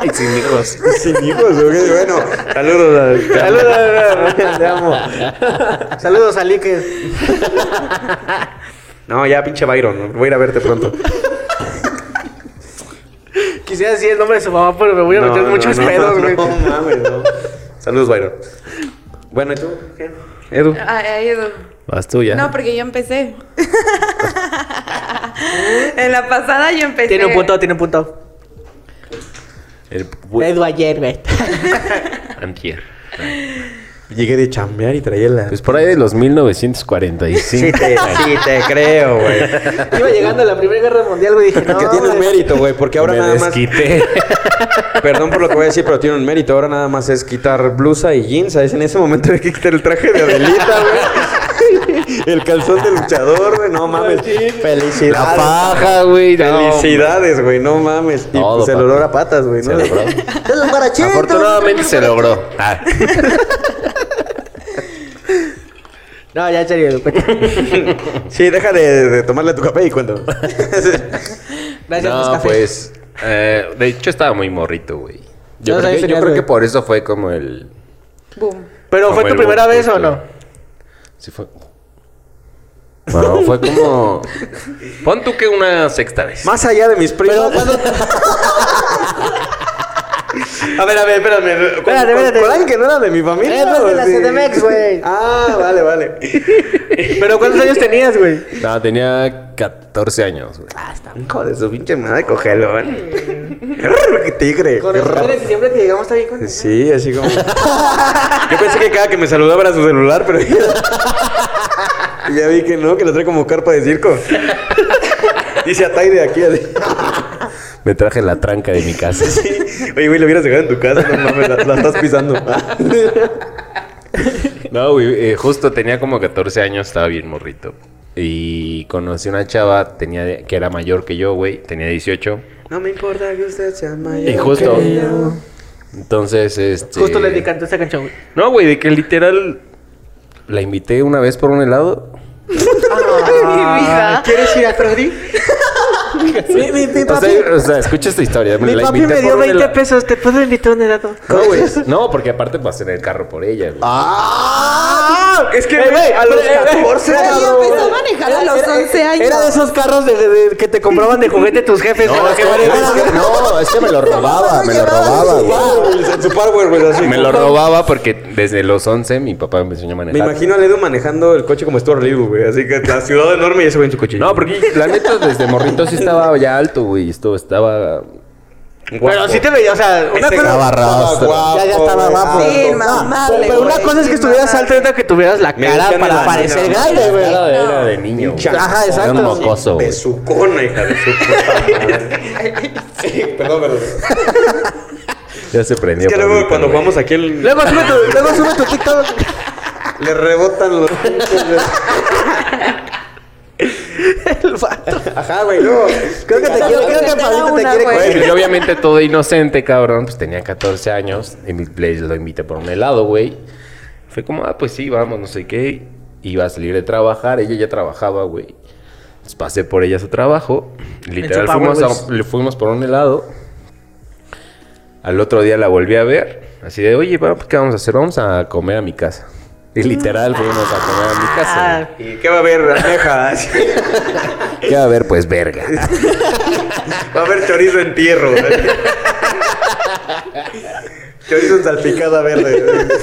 Ay, sin hijos. Sin hijos, güey. Bueno, saludos. a- Saludos, te amo. Saludos a Lique. No, ya pinche Byron, voy a ir a verte pronto. Quisiera decir el nombre de su mamá, pero me voy a meter No, muchos no, no, pedos, no, güey. no mames, no. Saludos, Byron. Bueno, ¿y tú? Edu. Ay, ay, Edu. Vas tú ya. No, porque yo empecé. en la pasada yo empecé. Tiene un punto, tiene un punto. El pu- Edu ayer, güey. antier. Llegué de chambear y traía la... Pues por ahí de los 1945. sí, te, sí, te creo, güey. Iba llegando a la Primera Guerra Mundial, güey. Dije, no, que tiene un güey. mérito, güey, porque ahora me nada desquité. más... Perdón por lo que voy a decir, pero tiene un mérito. Ahora nada más es quitar blusa y jeans. ¿sabes? En ese momento hay que quitar el traje de Adelita, güey. El calzón de luchador, güey. No mames. Felicidades. La faja, güey. no, Felicidades, güey, no mames. Y Todo, pues, el papi. olor a patas, güey, Se ¿no? logró. Los guarachetos. Afortunadamente se logró. Ah, No, ya en serio, güey. Sí, deja de, de tomarle tu café y cuéntame. Gracias, no, Nescafé. pues. eh, de hecho, estaba muy morrito, güey. Yo, ¿Cuántos creo, años que, yo tenías, creo que güey? por eso fue como el. Boom. ¿Pero como fue tu el primera boom, este, vez o este, justo. no? Sí, fue. No, fue como. Pon tú que una sexta vez. Más allá de mis primos. A ver, a ver, espérame. ¿Con, Espérate, con- espérate. con alguien que no era de mi familia? Eh, pues, de o la sí? CDMX, güey. Ah, vale, vale. ¿Pero cuántos años tenías, güey? No, tenía 14 años, güey. Hijo de su pinche madre, cógelo, ¿eh? ¡Qué tigre! Con qué el raro. de diciembre que llegamos está bien con Sí, así como... Yo pensé que cada que me saludaba era su celular, pero... ya vi que no, que lo trae como carpa de circo. Dice Atay de aquí. así. Me traje la tranca de mi casa. Oye, güey, lo hubieras dejado en tu casa, no mames, la, la estás pisando. No, güey, eh, justo tenía como 14 años, estaba bien morrito. Y conocí una chava tenía de- que era mayor que yo, güey, tenía 18. no me importa que usted sea mayor. Y justo. Entonces, este. Justo le dedican esa canción, güey. No, güey, de que literal la invité una vez por un helado. Mi vida. ¿Quieres ir a Freddy? mi, mi- mi O papi, sea, o sea, escucha esta historia. mi la papi invité me dio por un 20 helado. pesos. ¿Te puedo invitar un helado? No, güey. No, porque aparte pasé en el carro por ella, güey. Eh, ¡Ah! Es que, güey, a los 14 Yo cabrón. eh, empezó a manejar a los 11 años. Era de esos carros de, de- que te compraban de juguete tus jefes. eh, No, para es que que, es manejaras. que- no, es que me lo robaba, me lo robaba, En su güey. Powerwheels, en su Powerwheels, así. Me lo robaba porque desde los 11 mi papá me enseñó a Me manejar. imagino a Ledo manejando el coche como Stuart Little, güey. Así que la ciudad enorme y ese güey en su coche. No, porque la neta desde morrito sí estaba ya alto, güey. Esto estaba. Pero sí te veía, o sea, una Ese cosa. estaba rastro. guapo, Ya, ya estaba güey. guapo. Sí, Ah, mamá, Pero pero una cosa es que estuvieras alto y otra que tuvieras la Me cara decían en para la parecer niña, grande, güey. Era, de- era de niño. güey. Pincha- Ajá, Era un exacto. mocoso, güey. Pues, Besucona, hija de su puta madre. Sí, perdón, perdón. Ya se prendió. Es que luego Pablito, cuando güey. vamos aquí el- Luego sube tu, luego sube tu TikTok. le rebotan los pinches, güey. El vato. Ajá, güey, luego. Creo que te quiero, creo que Te da Pablito te una, quiere güey. coger. Bueno, y obviamente todo inocente, cabrón. Pues tenía 14 años. Y mi place lo invité por un helado, güey. Fue como, ah, pues sí, vamos, no sé qué. Iba a salir de trabajar. Ella ya trabajaba, güey. Entonces pasé por ella a su trabajo. Literal, su fuimos, Powerwheels. a- le fuimos por un helado. Al otro día la volví a ver. Así de, oye, va, pues, ¿qué vamos a hacer? Vamos a comer a mi casa. Y literal fuimos a comer a mi casa. güey. ¿Y qué va a haber? Almejas. ¿Qué va a haber? Pues verga. Va a haber chorizo en tierra, güey. Chorizo en salpicada verde.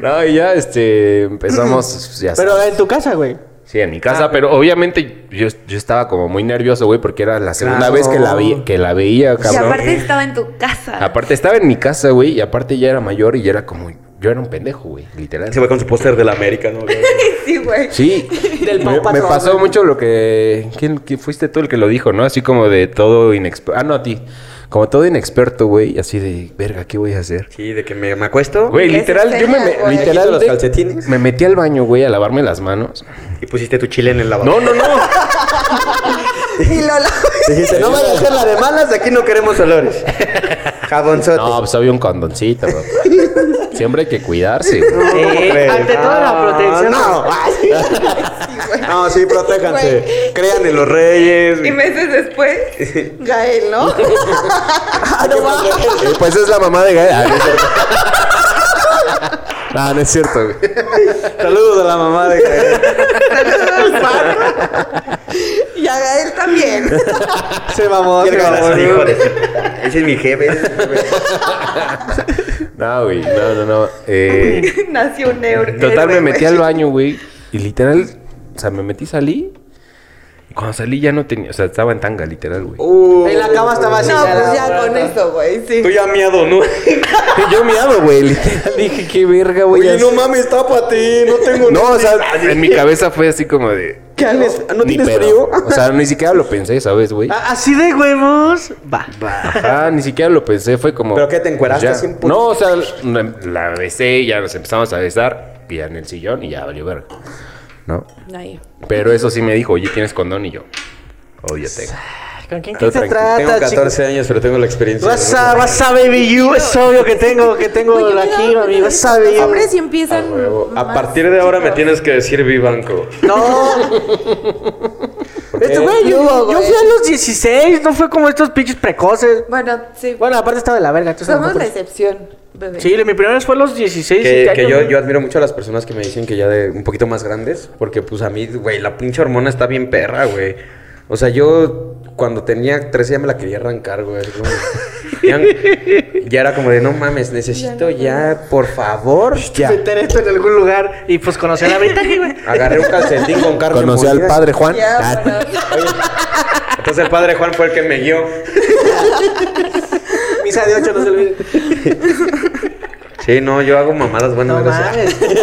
No, y ya, este, empezamos. Ya Pero eh, sabes. en tu casa, güey. Sí, en mi casa, pero obviamente yo, yo estaba como muy nervioso, güey, porque era la segunda Claro. vez que la, vi- que la veía, Y cabrón. aparte estaba en tu casa. Aparte estaba en mi casa, güey, y aparte ya era mayor y ya era como, yo era un pendejo, güey, literal. Se va con su póster del América, ¿no? Sí, güey. Sí, Del me, Pau me Patrón, pasó güey. mucho lo que, ¿quién, quién fuiste tú el que lo dijo, no? Así como de todo inexperto, ah, no, a ti, como todo inexperto, güey, así de, verga, ¿qué voy a hacer? Sí, de que me, me acuesto Güey, Esa literal, yo me, escena, me- güey. literal, Quito los de- calcetines. me metí al baño, güey, a lavarme las manos. y pusiste tu chile en el lavabo. No, no, no. Y Lola. Dijiste, no vaya a hacer la de malas, de aquí no queremos olores. Jabonzote. No, pues había un condoncito, bro. Siempre hay que cuidarse, güey. ¿Cómo crees? ante toda la Ah, protección. No, no, sí, protéjanse. Güey. Crean en los reyes. Y meses después, Gael, ¿no? Y pues es la mamá de Gael. Ah, no es cierto. Ah, No, no es cierto, güey. Saludos a la mamá de Gael. Y a Gael también. Se mamó, se mamó. hijo de su- Ese es mi jefe. No, güey. No, no, no. Eh, nació un euro. total, me héroe, metí güey. al baño, güey. Y literal, o sea, me metí, salí. Y cuando salí ya no tenía, o sea, estaba en tanga, literal, güey. Uh, En la cama estaba así. No, pues ya la- con eso, güey, sí. tú ya miado, ¿no? Y Yo miado, güey. Literal, dije, qué verga, güey. Oye, así- no mames, tápate. No tengo no, o sea, en mi cabeza fue así como de... ¿Qué haces? ¿No ni tienes pedo. frío? Ah. O sea, ni siquiera lo pensé, ¿sabes, güey? A- Ah, Así de huevos. Va. Ajá, ni siquiera lo pensé, fue como. ¿Pero qué, te encueraste ya. así en pu- No, o sea, la, la besé y ya nos empezamos a besar, y ya en el sillón y ya valió verga. ¿No? Ahí. Pero eso sí me dijo, oye, ¿tienes condón? Y yo, obvio tengo. ¿Con quién Todo quién se tranquilo. Tengo trata, chicos? 14 años, pero tengo la experiencia. What's up, what's up, baby you? Es obvio que tengo, que tengo Oye, me he aquí, dado baby. cuenta de What's que up, baby los you? hombres sí empiezan. A más partir de ahora me chicos. tienes que decir Vivanco. No. Este, güey, yo, Yo, yo güey. fui a los 16, no fue como estos pinches precoces. Bueno, sí. Bueno, aparte estaba de la verga, entonces. a lo Somos la mejor- excepción, bebé. Sí, mi primera vez fue a los este 16. Que, 17 que años, yo, güey. yo admiro mucho a las personas que me dicen que ya de un poquito más grandes, porque pues a mí, güey, la pinche hormona está bien perra, güey. O sea, yo cuando tenía 13 ya me la quería arrancar, güey. así como- ya, ya era como de, no mames, necesito ya, por favor, ya. meter esto en algún lugar y pues conocer a la Brittany, güey. Agarré un calcetín con carne Conocí al molida. padre Juan. Ya, Ah, Entonces el padre Juan fue el que me guió. Misa de 8, no se olvide. Sí, no, yo hago mamadas buenas. No gracias. mames.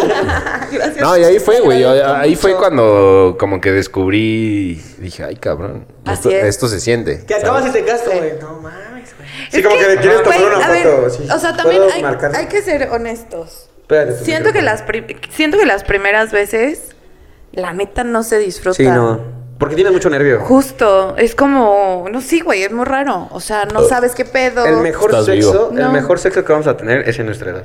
Gracias. No, y ahí fue, güey. Ahí fue cuando como que descubrí, dije, ay, cabrón, Así esto, es. esto se siente. Que acabas y te gastas, güey. No mames, güey. Sí, como que le quieres tomar güey, una a foto, ver, sí. O sea, también ¿Puedo hay, marcar? hay que ser honestos. Espérate, tu Siento que, micrófono. las prim- siento que las primeras veces, la neta, no se disfruta. Sí, no. Porque tienes mucho nervio. Justo, es como, no sí, güey, es muy raro. O sea, no sabes qué pedo. El mejor Estás sexo, vivo. No. el mejor sexo que vamos a tener es en nuestra edad.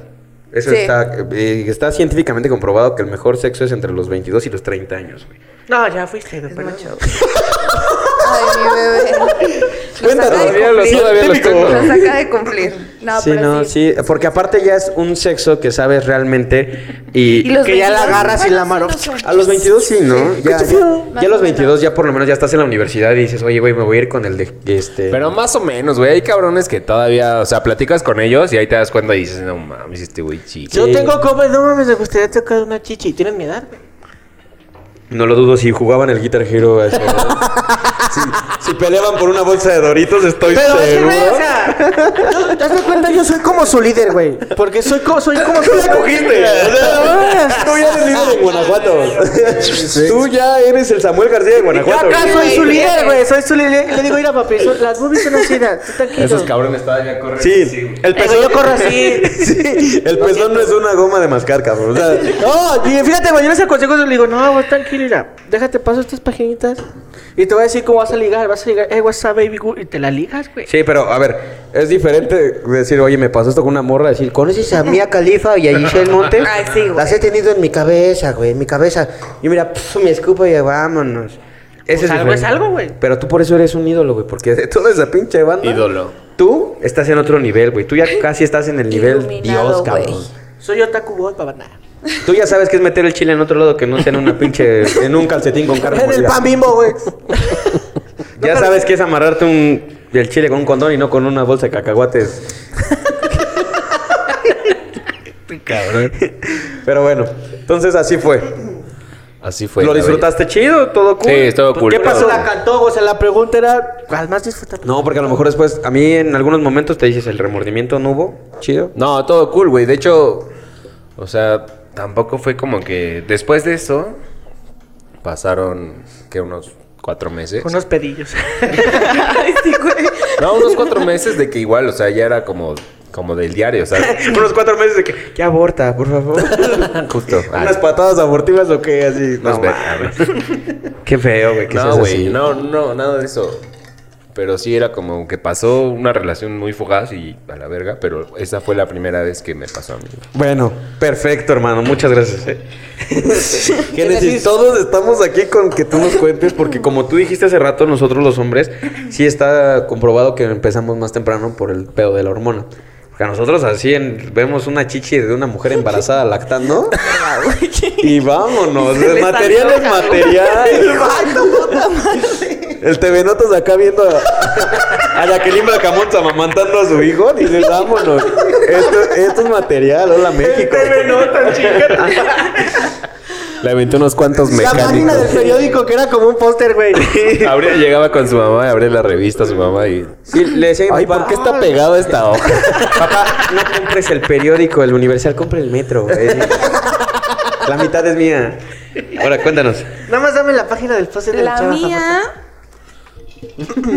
Eso Sí. está, eh, está científicamente comprobado que el mejor sexo es entre los 22 y los 30 años, güey. No, ya fuiste, güey. Es perdón. mucho. Ay, mi bebé. Los Cuéntanos, acaba de todavía los- cumplir. todavía los tengo. Los acaba de cumplir. No, sí, pero no, sí. porque aparte ya es un sexo que sabes realmente y, Y los Que ya la 22, agarras y la bueno, maro. sí a los 22 sí, ¿no? Ya, ya, Más ya a o menos. los 22 ya por lo menos ya estás en la universidad y dices, oye, güey, me voy a ir con el de este... Pero más o menos, güey. Hay cabrones que todavía, o sea, platicas con ellos y ahí te das cuenta y dices, no mames, este güey chico. Yo tengo copas, no mames, me gustaría tocar una chichi. ¿Tienes mi edad, güey? No lo dudo, si jugaban el Guitar Hero a esa edad, si, si peleaban por una bolsa de Doritos, estoy Pero es que, seguro. güey, o sea, yo- ¿te das cuenta? Yo soy como su líder, güey. Porque soy, co- soy como su líder. Ah, Tú ya eres líder de Guanajuato. Tú ya eres el Samuel García de Yo Guanajuato. acá güey. soy su líder, güey. Soy su líder. Le digo, mira, papi, son- las boobies son así, da, tú tranquilo. Esos cabrones todavía corren. Sí, el Pero pezón. yo corro así. Sí, el pezón no es una goma de mascar, cabrón. O sea, No, y fíjate, güey, yo les aconsejo, le digo, no, güey, tranquilo, mira, déjate paso estas paginitas y te voy a decir cómo vas a ligar, vas a ligar, eh, what's up, baby good, y te la ligas, güey. Sí, pero a ver, es diferente decir, oye, me pasó esto con una morra, decir, ¿conoces a Mía Califa y a Giselle Montes? Ay, Ah, sí, güey. Las he tenido en mi cabeza, güey, en mi cabeza. Y mira, pf, me escupo y vámonos. Ese Pues algo es algo, güey. Pero tú por eso eres un ídolo, güey, porque de toda esa pinche banda. Ídolo. Tú estás en otro nivel, güey. Tú ya casi estás en el nivel Iluminado, Dios, güey. cabrón. Soy otaku boy, para nada. Tú ya sabes qué es meter el chile en otro lado que no sea en una pinche. en un calcetín con carne. En el molida. pan bimbo, güey. Ya sabes que es amarrarte un, el chile con un condón y no con una bolsa de cacahuates. Cabrón. Pero bueno, entonces así fue. Así fue. ¿Lo la disfrutaste chido? ¿Todo cool? Sí, estuvo ¿Qué cool. ¿Qué Pero pasó? la cantó, o sea, la pregunta era, ¿cuál más disfrutas? No, porque a lo mejor después, a mí en algunos momentos te dices, el remordimiento no hubo. Chido. bella. No, todo cool, güey. De hecho, o sea, tampoco fue como que después de eso pasaron que unos cuatro meses. Unos pedillos. Ay, sí, güey. No, unos cuatro meses de que igual, o sea, ya era como, como del diario, o sea, Unos cuatro meses de que, ya aborta, por favor. justo. Ah, Unas patadas abortivas o qué, así. No, No, mames. Qué feo, güey. que No, seas así. güey, no, no, nada de eso. Pero sí era como que pasó una relación muy fugaz y a la verga, pero esa fue la primera vez que me pasó a mí. Bueno, perfecto, hermano. Muchas gracias. ¿eh? Génesis, todos estamos aquí con que tú nos cuentes, porque como tú dijiste hace rato, nosotros los hombres, sí está comprobado que empezamos más temprano por el pedo de la hormona. Porque a nosotros así en- vemos una chichi de una mujer embarazada lactando. y vámonos. les material es antoja. material. El TV Notas acá viendo a, a Jacqueline Bracamont amamantando a su hijo. Dices, vámonos. Esto, esto es material. Hola, México. Le aventó unos cuantos La página del periódico que era como un póster, güey. Abría, llegaba con su mamá y abría la revista a su mamá y... Sí, le decía, Ay, papá, ¿por qué Ah. está pegado esta hoja? Papá, no compres el periódico, el universal, compra el metro. güey. La mitad es mía. Ahora, cuéntanos. Nada más dame la página del póster de la La chava. mía.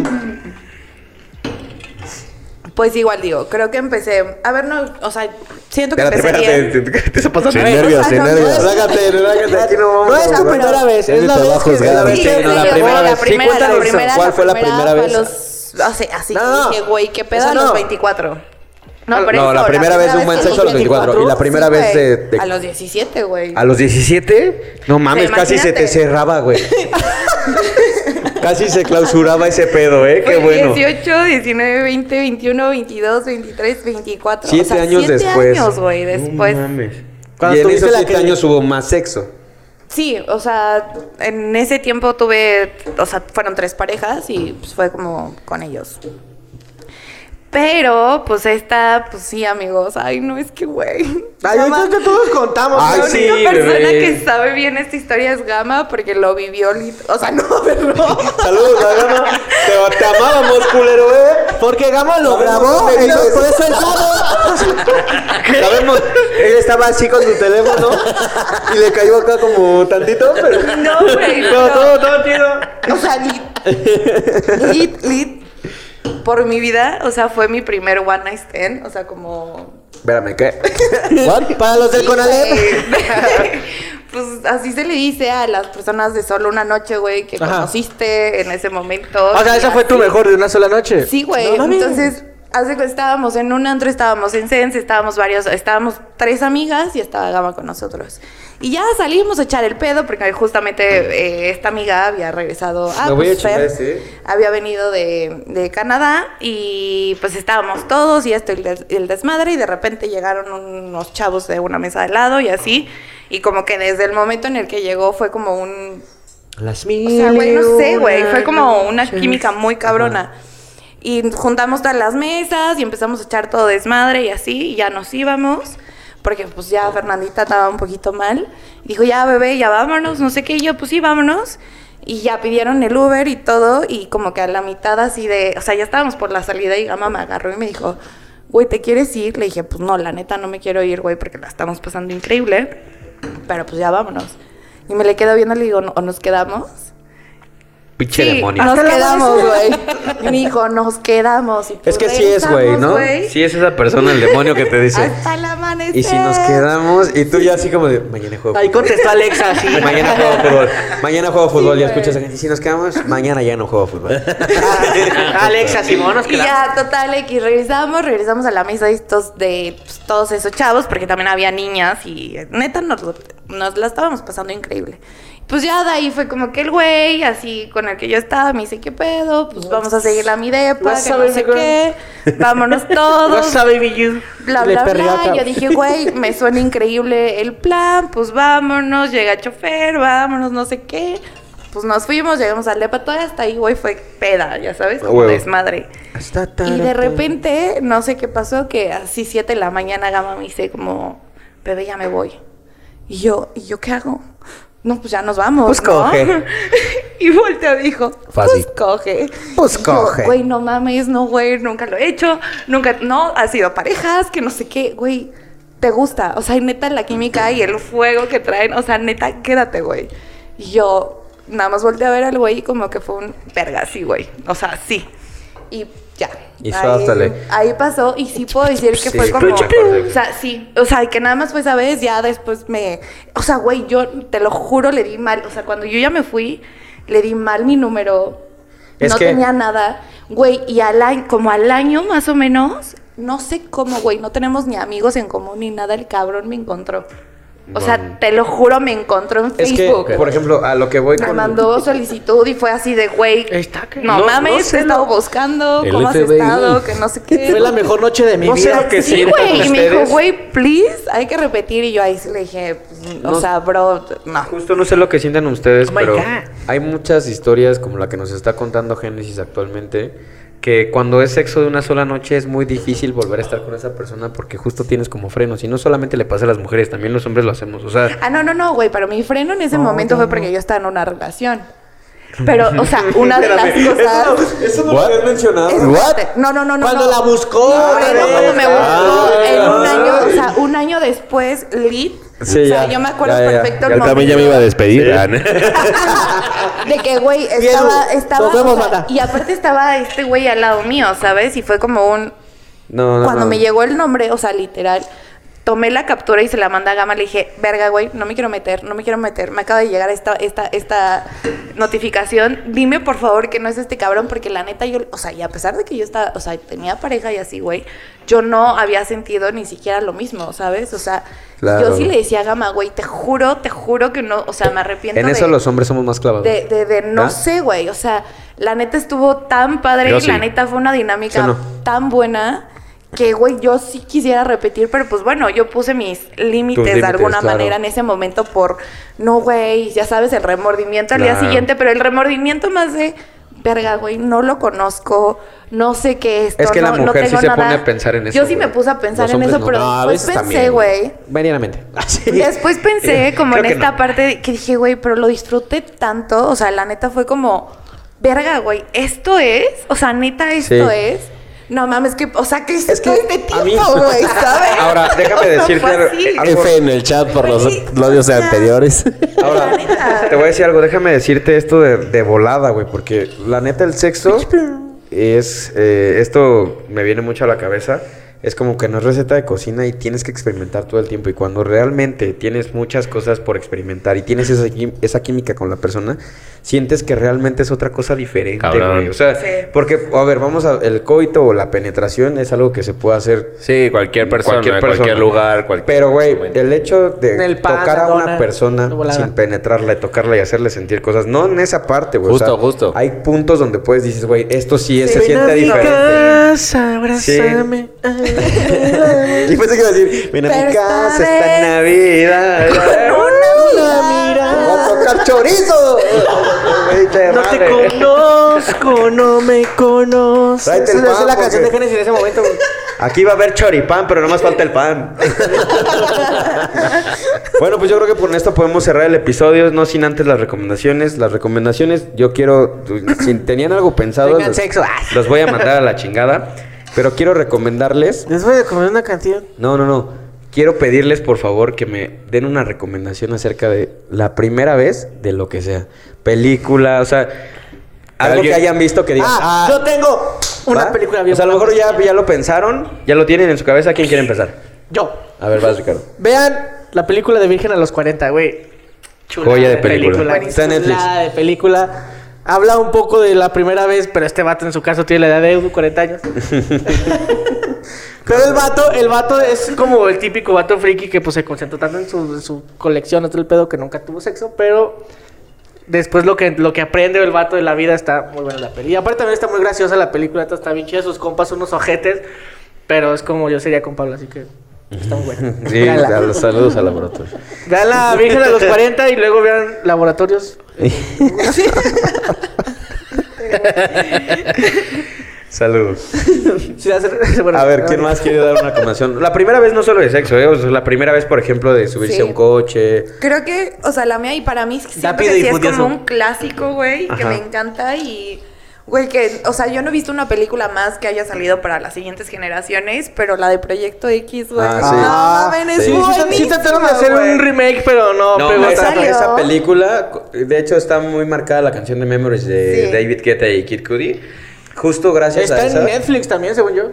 Pues igual digo, creo que empecé. A ver, no, o sea, siento que empecé bien. te, te está pasando. Sin nervios, sin nervios. Relájate, relájate, aquí no vamos No a es tu jugar. primera vez, es la vez que... juzgar. la vez Sí, que- Pero sí, la sí, primera la vez. Sí, primera, la cuéntanos, primera, ¿cuál fue la primera fue a vez? los- o sea, así No, no, que dije, güey, qué pedo esa a los no. 24. No, por la primera vez de un buen que sexo a los 24, y la primera Sí, vez de- güey, de- A los 17, güey. A los 17, no mames, casi se imagínate. te cerraba, güey. casi se clausuraba ese pedo, ¿eh? Qué Güey, bueno. 18, 19, 20, 21, 22, 23, 24. Siete o sea, años siete después. años, güey, después. No mames. Cuando y en tuviste esos la siete que- años hubo más sexo. Sí, o sea, en ese tiempo tuve, o sea, fueron tres parejas y pues, fue como con ellos. Pero, pues esta, pues sí, amigos, ay, no, es que, güey. Ay, Gama- ahorita todos contamos. Ay, la güey. sí, única persona bebé. que sabe bien esta historia es Gama porque lo vivió, lit- o sea, no, pero no. Saludos, la gama. Te, te amábamos, culero, ¿eh? Porque Gama lo grabó, entonces por eso él sabe. Sabemos, él estaba así con su teléfono y le cayó acá como tantito, pero. No, güey. Pero no. todo, todo tiro. O sea, lit, lit, lit. Por mi vida, o sea, fue mi primer one night stand. O sea, como. Espérame, ¿qué? What? Para los del Sí, Conalep. güey. pues así se le dice a las personas de solo una noche, güey, que Ajá. conociste en ese momento. O sea, esa Y fue tu así. mejor de una sola noche. Sí, güey. No mames. Entonces, hace que estábamos en un antro, estábamos en Sense, estábamos varios, estábamos tres amigas y estaba Gama con nosotros. Y ya salimos a echar el pedo porque justamente eh, esta amiga había regresado a Me voy a chingar Fer ese. había venido de, de Canadá y pues estábamos todos y esto y el, des- el desmadre y de repente llegaron unos chavos de una mesa de lado y así y como que desde el momento en el que llegó fue como un Las o mil. sea, güey, no sé, güey. Fue y como una una noches. química muy cabrona. Y juntamos todas las mesas y empezamos a echar todo desmadre y así, y ya nos íbamos. Porque pues ya Fernandita estaba un poquito mal. Dijo, ya bebé, ya vámonos, no sé qué. Y yo, pues sí, vámonos. Y ya pidieron el Uber y todo. Y como que a la mitad así de... O sea, ya estábamos por la salida y Gama me agarró y me dijo... Güey, ¿te quieres ir? Le dije, pues no, la neta no me quiero ir, güey, porque la estamos pasando increíble. Pero pues ya vámonos. Y me le quedo viendo y le digo, "No, ¿o nos quedamos? Pinche Sí, demonio. Nos quedamos, güey. Mi hijo, nos quedamos. Y pues Es que sí es, güey, regresamos, ¿no? Sí es esa persona el demonio que te dice. Hasta el amanecer. Y si nos quedamos, y tú ya así como de mañana juego. Ahí contestó Alexa, sí. Mañana juego fútbol. Mañana juego fútbol. ya escuchas a gente. Y si nos quedamos, mañana ya no juego fútbol. Alexa, Simón, nos Y ya, total, X, regresamos, regresamos a la mesa de estos, de pues, todos esos chavos, porque también había niñas y eh, neta nos, lo- nos la estábamos pasando increíble. Pues ya de ahí fue como que el güey, así con el que yo estaba, me dice, ¿qué pedo? Pues vamos a seguir la midepa, Vas que a no ver, sé mi qué, vámonos todos. What's up, baby you? bla, Le bla, perreó bla. acá. Yo dije, güey, me suena increíble el plan, pues vámonos, llega el chofer, vámonos, no sé qué. Pues nos fuimos, llegamos al depa, todo hasta ahí, güey, fue peda, ya sabes, como Ah, huevo. desmadre. Hasta Y de repente, no sé qué pasó, que así 7 de la mañana Gama me dice como, bebé, ya me voy. Y yo, ¿y yo qué hago? No, pues ya nos vamos. Pues ¿no?". coge. y volteó y dijo, Fácil. pues coge. Pues Y yo, coge. Güey, no mames, no, güey, nunca lo he hecho, nunca, no, ha sido parejas, que no sé qué, güey, te gusta. O sea, neta, la química y el fuego que traen, o sea, neta, quédate, güey. Y yo nada más volteé a ver al güey y como que fue un verga, sí, güey. O sea, sí. Y ya. Y ahí, suéltale. ahí pasó y sí puedo decir que Sí, fue como... chuchu, chuchu. O sea, sí. O sea, que nada más fue esa vez, ya después me... O sea, güey, yo te lo juro, le di mal. O sea, cuando yo ya me fui, le di mal mi número. Es no que- tenía nada. Güey, y al año, como al año más o menos, no sé cómo, güey, no tenemos ni amigos en común ni nada, el cabrón me encontró. O sea, te lo juro, me encontró en Es que, Facebook. por ejemplo, a lo que voy Me con. mandó solicitud y fue así de, güey, Está que- no, no- mames, no te sé he lo- estado buscando, El cómo has FBI. estado, que no sé qué. Fue la mejor noche de mi No sé vida. lo que Sí, sientan güey, y me dijo, ustedes. güey, please, hay que repetir. Y yo ahí sí le dije, pues, o sea, bro, no. Justo no sé lo que sientan ustedes, Oh my pero God. hay muchas historias como la que nos está contando Génesis actualmente, que cuando es sexo de una sola noche es muy difícil volver a estar con esa persona porque justo tienes como frenos. Y no solamente le pasa a las mujeres, también los hombres lo hacemos. O sea, Ah, no, no, no, güey, pero mi freno en ese momento fue porque yo estaba en una relación. Pero, o sea, una de las cosas... eso no lo habías mencionado. Espérate, No, no, no, no. Cuando no. la buscó, No, otra no, vez. cuando me buscó. Ah, en un ah, año, o sea, un año después, Lit. Sí, o sea, ya, yo me acuerdo ya, ya. perfecto el Ya también ya me iba a despedir. Ah, ¿no? De que, güey, Bien, estaba, Lu, estaba. nos vemos, o sea, banda. y aparte estaba este güey al lado mío, ¿sabes? Y fue como un. No, no, Cuando no. me llegó el nombre, o sea, literal, tomé la captura y se la mandé a Gama. Le dije, verga, güey, no me quiero meter, no me quiero meter. Me acaba de llegar esta, esta, esta notificación. Dime, por favor, que no es este cabrón, porque la neta, yo, o sea, y a pesar de que yo estaba, o sea, tenía pareja y así, güey, yo no había sentido ni siquiera lo mismo, ¿sabes? O sea, Claro. yo sí le decía a Gama, güey, te juro, te juro que no, o sea, me arrepiento En eso de- los hombres somos más clavados. de, de, de no ¿Ah? sé, güey. O sea, la neta estuvo tan padre Yo y la sí. neta fue una dinámica Yo no. tan buena que, güey, yo sí quisiera repetir, pero pues bueno, yo puse mis límites de límites, alguna claro. manera en ese momento por, no, güey, ya sabes, el remordimiento al día Claro. siguiente, pero el remordimiento más de, verga, güey, no lo conozco, no sé qué es. Es que no, la no mujer sí tengo se nada. pone a pensar en eso. Yo sí güey. me puse a pensar Los en hombres eso, no. pero No, a después veces pensé, también. güey. Medianamente. Después pensé como en Creo que esta no. parte de- que dije, güey, pero lo disfruté tanto. O sea, la neta fue como, verga, güey, esto es, o sea, neta, esto Sí. es. No mames, que, o sea, que Es que estoy de a mí- tipo, güey, ¿sabes? Ahora, déjame decirte fácil. algo. F en el chat por los Sí. odios anteriores. Ahora, te voy a decir algo, déjame decirte esto de, de volada, güey, porque la neta el sexo es, eh, esto me viene mucho a la cabeza, es como que no es receta de cocina y tienes que experimentar todo el tiempo y cuando realmente tienes muchas cosas por experimentar y tienes esa, quim- esa química con la persona, sientes que realmente es otra cosa diferente, Cabrón. güey. O sea, Sí. porque, a ver, vamos a, el coito o la penetración es algo que se puede hacer Sí, cualquier persona, Cualquier cualquier, persona. lugar, cualquier. Pero, güey, momento. el hecho En de el pan, tocar a la una dona, persona la volada. sin penetrarla, tocarla y hacerle sentir cosas, no en esa parte, güey. Justo, justo. Hay puntos donde puedes dices, güey, esto sí es- se Ven a siente mi diferente. casa, abrázame. Ay, Y pensé que iba a decir, ven a Pero mi esta casa esta vez, Navidad. una ¡Voy a mirada. tocar chorizo! No te conozco, no me conozco. Tráete el Esa es pan, la canción de porque- Genesis en ese momento. güey. Aquí va a haber choripán, pero nomás falta el pan. bueno, pues yo creo que con esto podemos cerrar el episodio, no sin antes las recomendaciones. Las recomendaciones, yo quiero, si tenían algo pensado, Tengan los, sexo. los voy a mandar a la chingada, pero quiero recomendarles Les voy a comer una canción. no, no, no. Quiero pedirles, por favor, que me den una recomendación acerca de la primera vez de lo que sea. Película, o sea, algo Alguien- que hayan visto que digan. Ah, yo tengo una ¿va? película bien. O sea, a lo mejor buena. ya, ya lo pensaron, ya lo tienen en su cabeza. ¿Quién quiere empezar? Yo. A ver, vas, Ricardo. Vean la película de Virgen a los 40, güey. Chulada Joya de película. Está en Netflix. Chulada de película. Habla un poco de la primera vez, pero este vato en su caso tiene la edad de Edu, 40 años. pero el vato, el vato es como el típico vato friki que pues se concentró tanto en su, en su colección, otro el pedo que nunca tuvo sexo, pero después lo que, lo que aprende el vato de la vida está muy buena la peli. Y aparte también está muy graciosa la película, está- está bien chida, sus compas son unos ojetes, pero es como yo sería con Pablo, así que está muy buena. Sí, Véanla. a los saludos al laboratorio. Vean la Virgen a los 40 y luego vean laboratorios. Saludos. Sí, hace- bueno, A ver, ¿quién más quiere dar una recomendación? La primera vez no solo de sexo, ¿eh? O sea, la primera vez, por ejemplo, de subirse Sí. a un coche. Creo que, o sea, la mía y para mí siento Rápido que y sí es furioso. como un clásico, güey, que Ajá. me encanta y, güey, que, o sea, yo no he visto una película más que haya salido para las siguientes generaciones, pero la de Proyecto X, güey. Ah, sí. No, mames, es Sí, sí, Sí, sí trataron de hacer un remake, pero no, No, pegó esa, tanto. salió. esa película, de hecho, está muy marcada la canción de Memories de Sí. David Guetta y Kid Cudi. Justo gracias a Está en esa. Netflix también, según yo.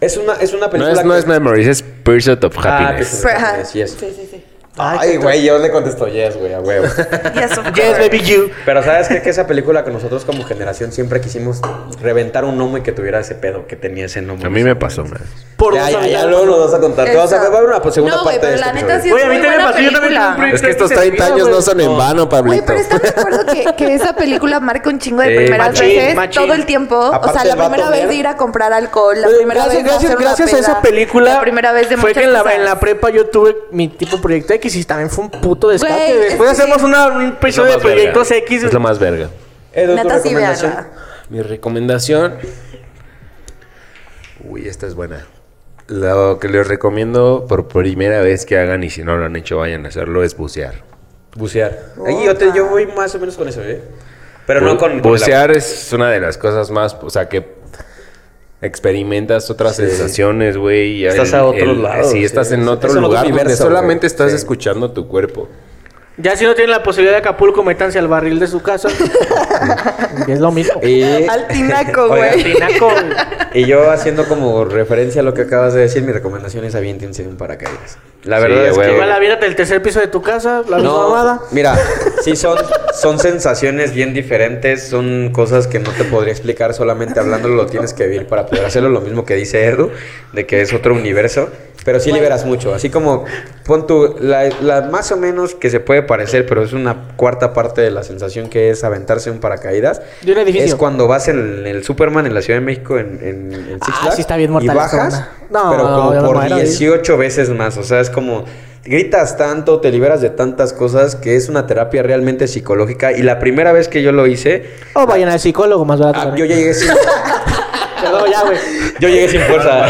Es una, es una No película. es, no que- es Memories, es Pursuit of Ah, Happiness. que- Ajá. Sí, es. Sí, sí, sí. Ay, güey, yo le contesto yes, güey, a huevo. Yes, of Yes, course. baby, you. Pero ¿sabes qué? Que esa película que nosotros como generación siempre quisimos reventar un gnomo y que tuviera ese pedo, que tenía ese gnomo. A mí me pasó, man. Por Ya, dos ya, ya, habitantes. luego nos vas a contar. Te vas a Exacto. ver una pues, segunda No, güey, parte de pero este la neta episodio. sí es Oye, a muy mí también me buena pasó, yo también película. tuve un proyecto Es que estos 30 años no son en vano, Güey, Pablito. pero estás de acuerdo que, que esa película marca un chingo de Eh, primeras machín, veces machín. todo el tiempo. Aparte o sea, el la vato primera vez ver- de ir a comprar alcohol, la primera Eh, gracias, vez de gracias, hacer una gracias a esa peda, película la primera vez de fue que en la, muchas en la cosas. prepa yo tuve mi tipo Proyecto X y también fue un puto descarte. Güey, Después es que hacemos sí. una, un episodio de Proyectos X. Es lo más verga. Edu, ¿tu Neta, sí, recomendación? véanla. Mi recomendación. Uy, esta es buena. Lo que les recomiendo por primera vez que hagan y si no lo han hecho, vayan a hacerlo, es bucear. Bucear. Ahí yo, te- yo voy más o menos con eso, ¿eh? Pero no Bu- con... con la- Bucear es una de las cosas más. O sea, que experimentas otras Sí. sensaciones, güey. y Estás a otro lado, Sí, estás sí, en sí, otro es en otro lugar donde universo, solamente güey. estás Sí. escuchando tu cuerpo. Ya si no tienen la posibilidad de Acapulco, métanse al barril de su casa. Y es lo mismo. Y- Al tinaco, Oigan, güey. Tinaco. Y yo haciendo como referencia a lo que acabas de decir, mi recomendación es aviéntense en paracaídas. La Sí, verdad es güey. que... Igual la vida del tercer piso de tu casa, la misma No, mamada. mira, sí son, son sensaciones bien diferentes, son cosas que no te podría explicar solamente hablándolo, lo tienes que vivir para poder hacerlo, lo mismo que dice Edu, de que es otro universo, pero sí liberas mucho, así como pon tu, la, la más o menos que se puede parecer, pero es una cuarta parte de la sensación que es aventarse un paracaídas, De un edificio. es cuando vas en el Superman en la Ciudad de México en, en, en Six Ah, Flags sí está bien mortal y esa bajas, onda. No, pero no, yo como me por muero, ¿eh? güey. 18 veces más, o sea, es como gritas tanto, te liberas de tantas cosas que es una terapia realmente psicológica y la primera vez que yo lo hice, O vayan al psicólogo más barato. ah, yo también. llegué sin Perdón, ya, güey. yo llegué sin fuerza.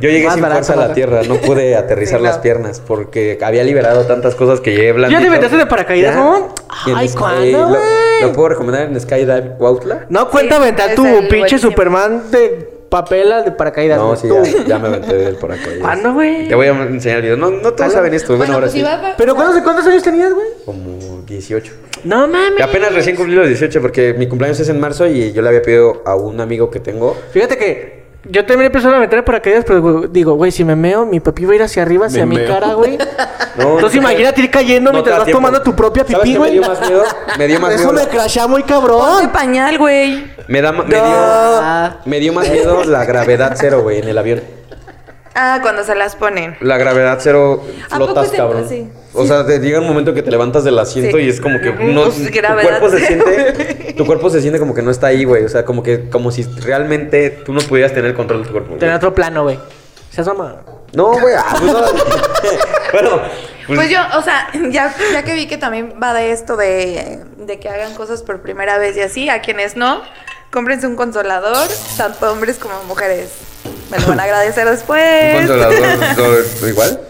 Yo llegué Más sin barato, fuerza a la barato. tierra, no pude aterrizar Sí, las claro. piernas porque había liberado tantas cosas que llegué blandito. ¿Ya te metiste de paracaídas, Ya. no? Y en Ay, Sky- ¿cuándo, eh, lo, güey? lo puedo recomendar en Skydive Cuautla. No cuenta Sí, aventar es tu el pinche buenísimo. Superman de Papel al de paracaídas. No, güey. sí, Tú. ya, ya me aventé del paracaídas. ¿Cuándo, güey? Te voy a enseñar el video. No, no todos saben esto. Bueno, ahora pues sí. iba a- ¿Pero cuántos, cuántos años tenías, güey? Como 18. No Y mames. apenas recién cumplí los 18 porque mi cumpleaños es en marzo y yo le había pedido a un amigo que tengo. Fíjate que yo también empecé a meter paracaídas, pero güey, digo, güey, si me meo, mi papi va a ir hacia arriba, hacia mi meo. cara, güey. No, Entonces no, imagínate ir cayendo no te da mientras vas tiempo. tomando tu propia ¿Sabes pipí, qué güey. Me dio más miedo. Me dio más Eso miedo. me crashea muy Ponte cabrón. pañal, güey. Me, da, ma- me, No. dio, me dio más miedo la gravedad cero, güey, en el avión. Ah, cuando se las ponen. La gravedad cero ¿A flotas, poco te- cabrón. sí. O sea, te llega un momento que te levantas del asiento Sí. y es como que no, Pues, tu gravedad cuerpo se cero, siente, tu cuerpo se siente como que no está ahí, güey. O sea, como que como si realmente tú no pudieras tener el control de tu cuerpo. güey. Tener otro plano, güey. Se asoma. No, güey. ah, pues, no. bueno, Pues, yo, o sea, ya, ya que vi que también va de esto de, de que hagan cosas por primera vez y así, a quienes no, cómprense un consolador, tanto hombres como mujeres. Me lo van a agradecer después. controlador, igual.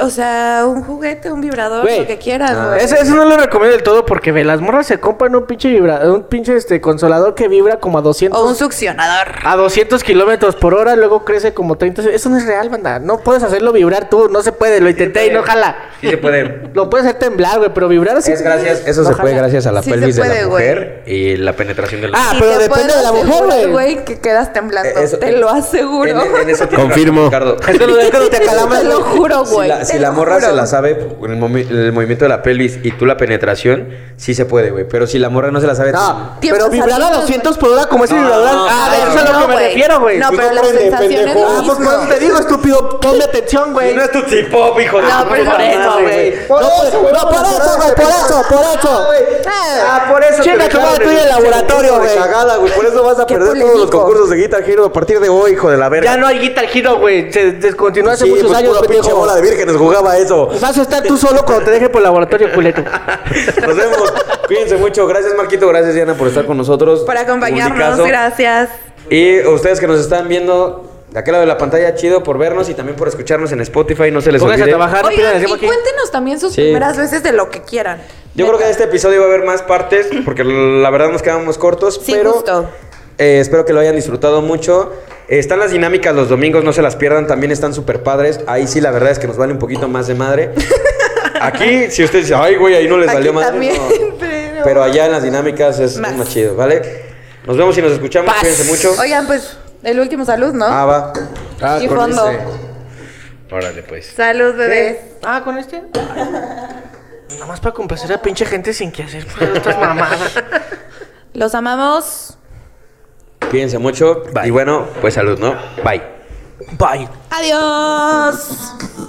o sea, un juguete, un vibrador, Güey. lo que quieras, Ah. güey. Eso, eso no lo recomiendo del todo porque ve, las morras se compran un pinche vibra, un pinche este consolador que vibra como a 200 O un succionador. a 200 kilómetros por hora, luego crece como 30. Eso no es real, banda. No puedes hacerlo vibrar tú, no se puede. Lo intenté y no jala. Sí se puede. Lo puedes hacer temblar, güey, pero vibrar así. Es gracias, eso no se puede jala. gracias a la Sí se pelvis de puede, la güey. mujer y la penetración del Ah, Y pero te depende puedo de la mujer, asegurar, güey. güey, que quedas temblando. Eso- te lo aseguro. En- en eso tiene Confirmo. razón, Ricardo. Es que lo de- cuando te acalamas, Te lo güey. juro, Si güey. la, si te la lo morra juro. se la sabe, con el, momi- el movimiento de la pelvis y tú la penetración, sí se puede, güey. Pero si la morra no se la sabe, No, Tiempos pero vibrar a salidos, 200 por hora como ese No, vibrador. no, ah, de no, eso es a lo no, que me güey. refiero, güey. No, Tú pero la comprendes, sensación es pendejo. lo Ah, pues por eso te digo, estúpido. Ponme atención, tú- güey. no es tu tipo, hijo de No, tu pero puta por madre, eso, güey. güey. No, pues, no, por eso, güey, por eso, por eso. Eh. Ah, por eso. Chinga te tu madre, dejaron tú y el pinche laboratorio, concurso de güey. cagada, güey. Por eso vas a Qué perder todos los polémico. concursos de Guitar Hero a partir de hoy, hijo de la verga. Ya no hay Guitar Hero, güey. Se descontinuó hace muchos pues, años, pura pinche pendejo. bola de vírgenes jugaba eso. Vas a estar tú solo cuando te deje por el laboratorio, culeto. Nos vemos. Cuídense mucho. Gracias, Marquito. Gracias, Diana, por estar con nosotros. Por acompañarnos, Publicazo. gracias. Y ustedes que nos están viendo de aquel lado de la pantalla, chido por vernos y también por escucharnos en Spotify. No se les Pónganse a olvide. trabajar, pidan Oigan, el y cuéntenos también sus Sí. primeras veces de lo que quieran. Yo creo que de este episodio va a haber más partes porque la verdad nos quedamos cortos, Sí, pero justo. eh, espero que lo hayan disfrutado mucho. Eh, Están las dinámicas los domingos, no se las pierdan, también están súper padres. Ahí sí, la verdad es que nos vale un poquito más de madre. Aquí, si usted dice, ay, güey, ahí no les Aquí valió madre. también, no. pero- Pero allá en las dinámicas es Más. más chido, ¿vale? Nos vemos y nos escuchamos. Paz. Cuídense mucho. Oigan, pues, el último salud, ¿no? Ah, va. y fondo. Órale, pues. Salud, bebés. Ah, ¿con este? Nada más para complacer a pinche gente sin que hacer por otras mamadas. Los amamos. Cuídense mucho. Y bueno, pues salud, ¿no? Bye. Bye. Adiós.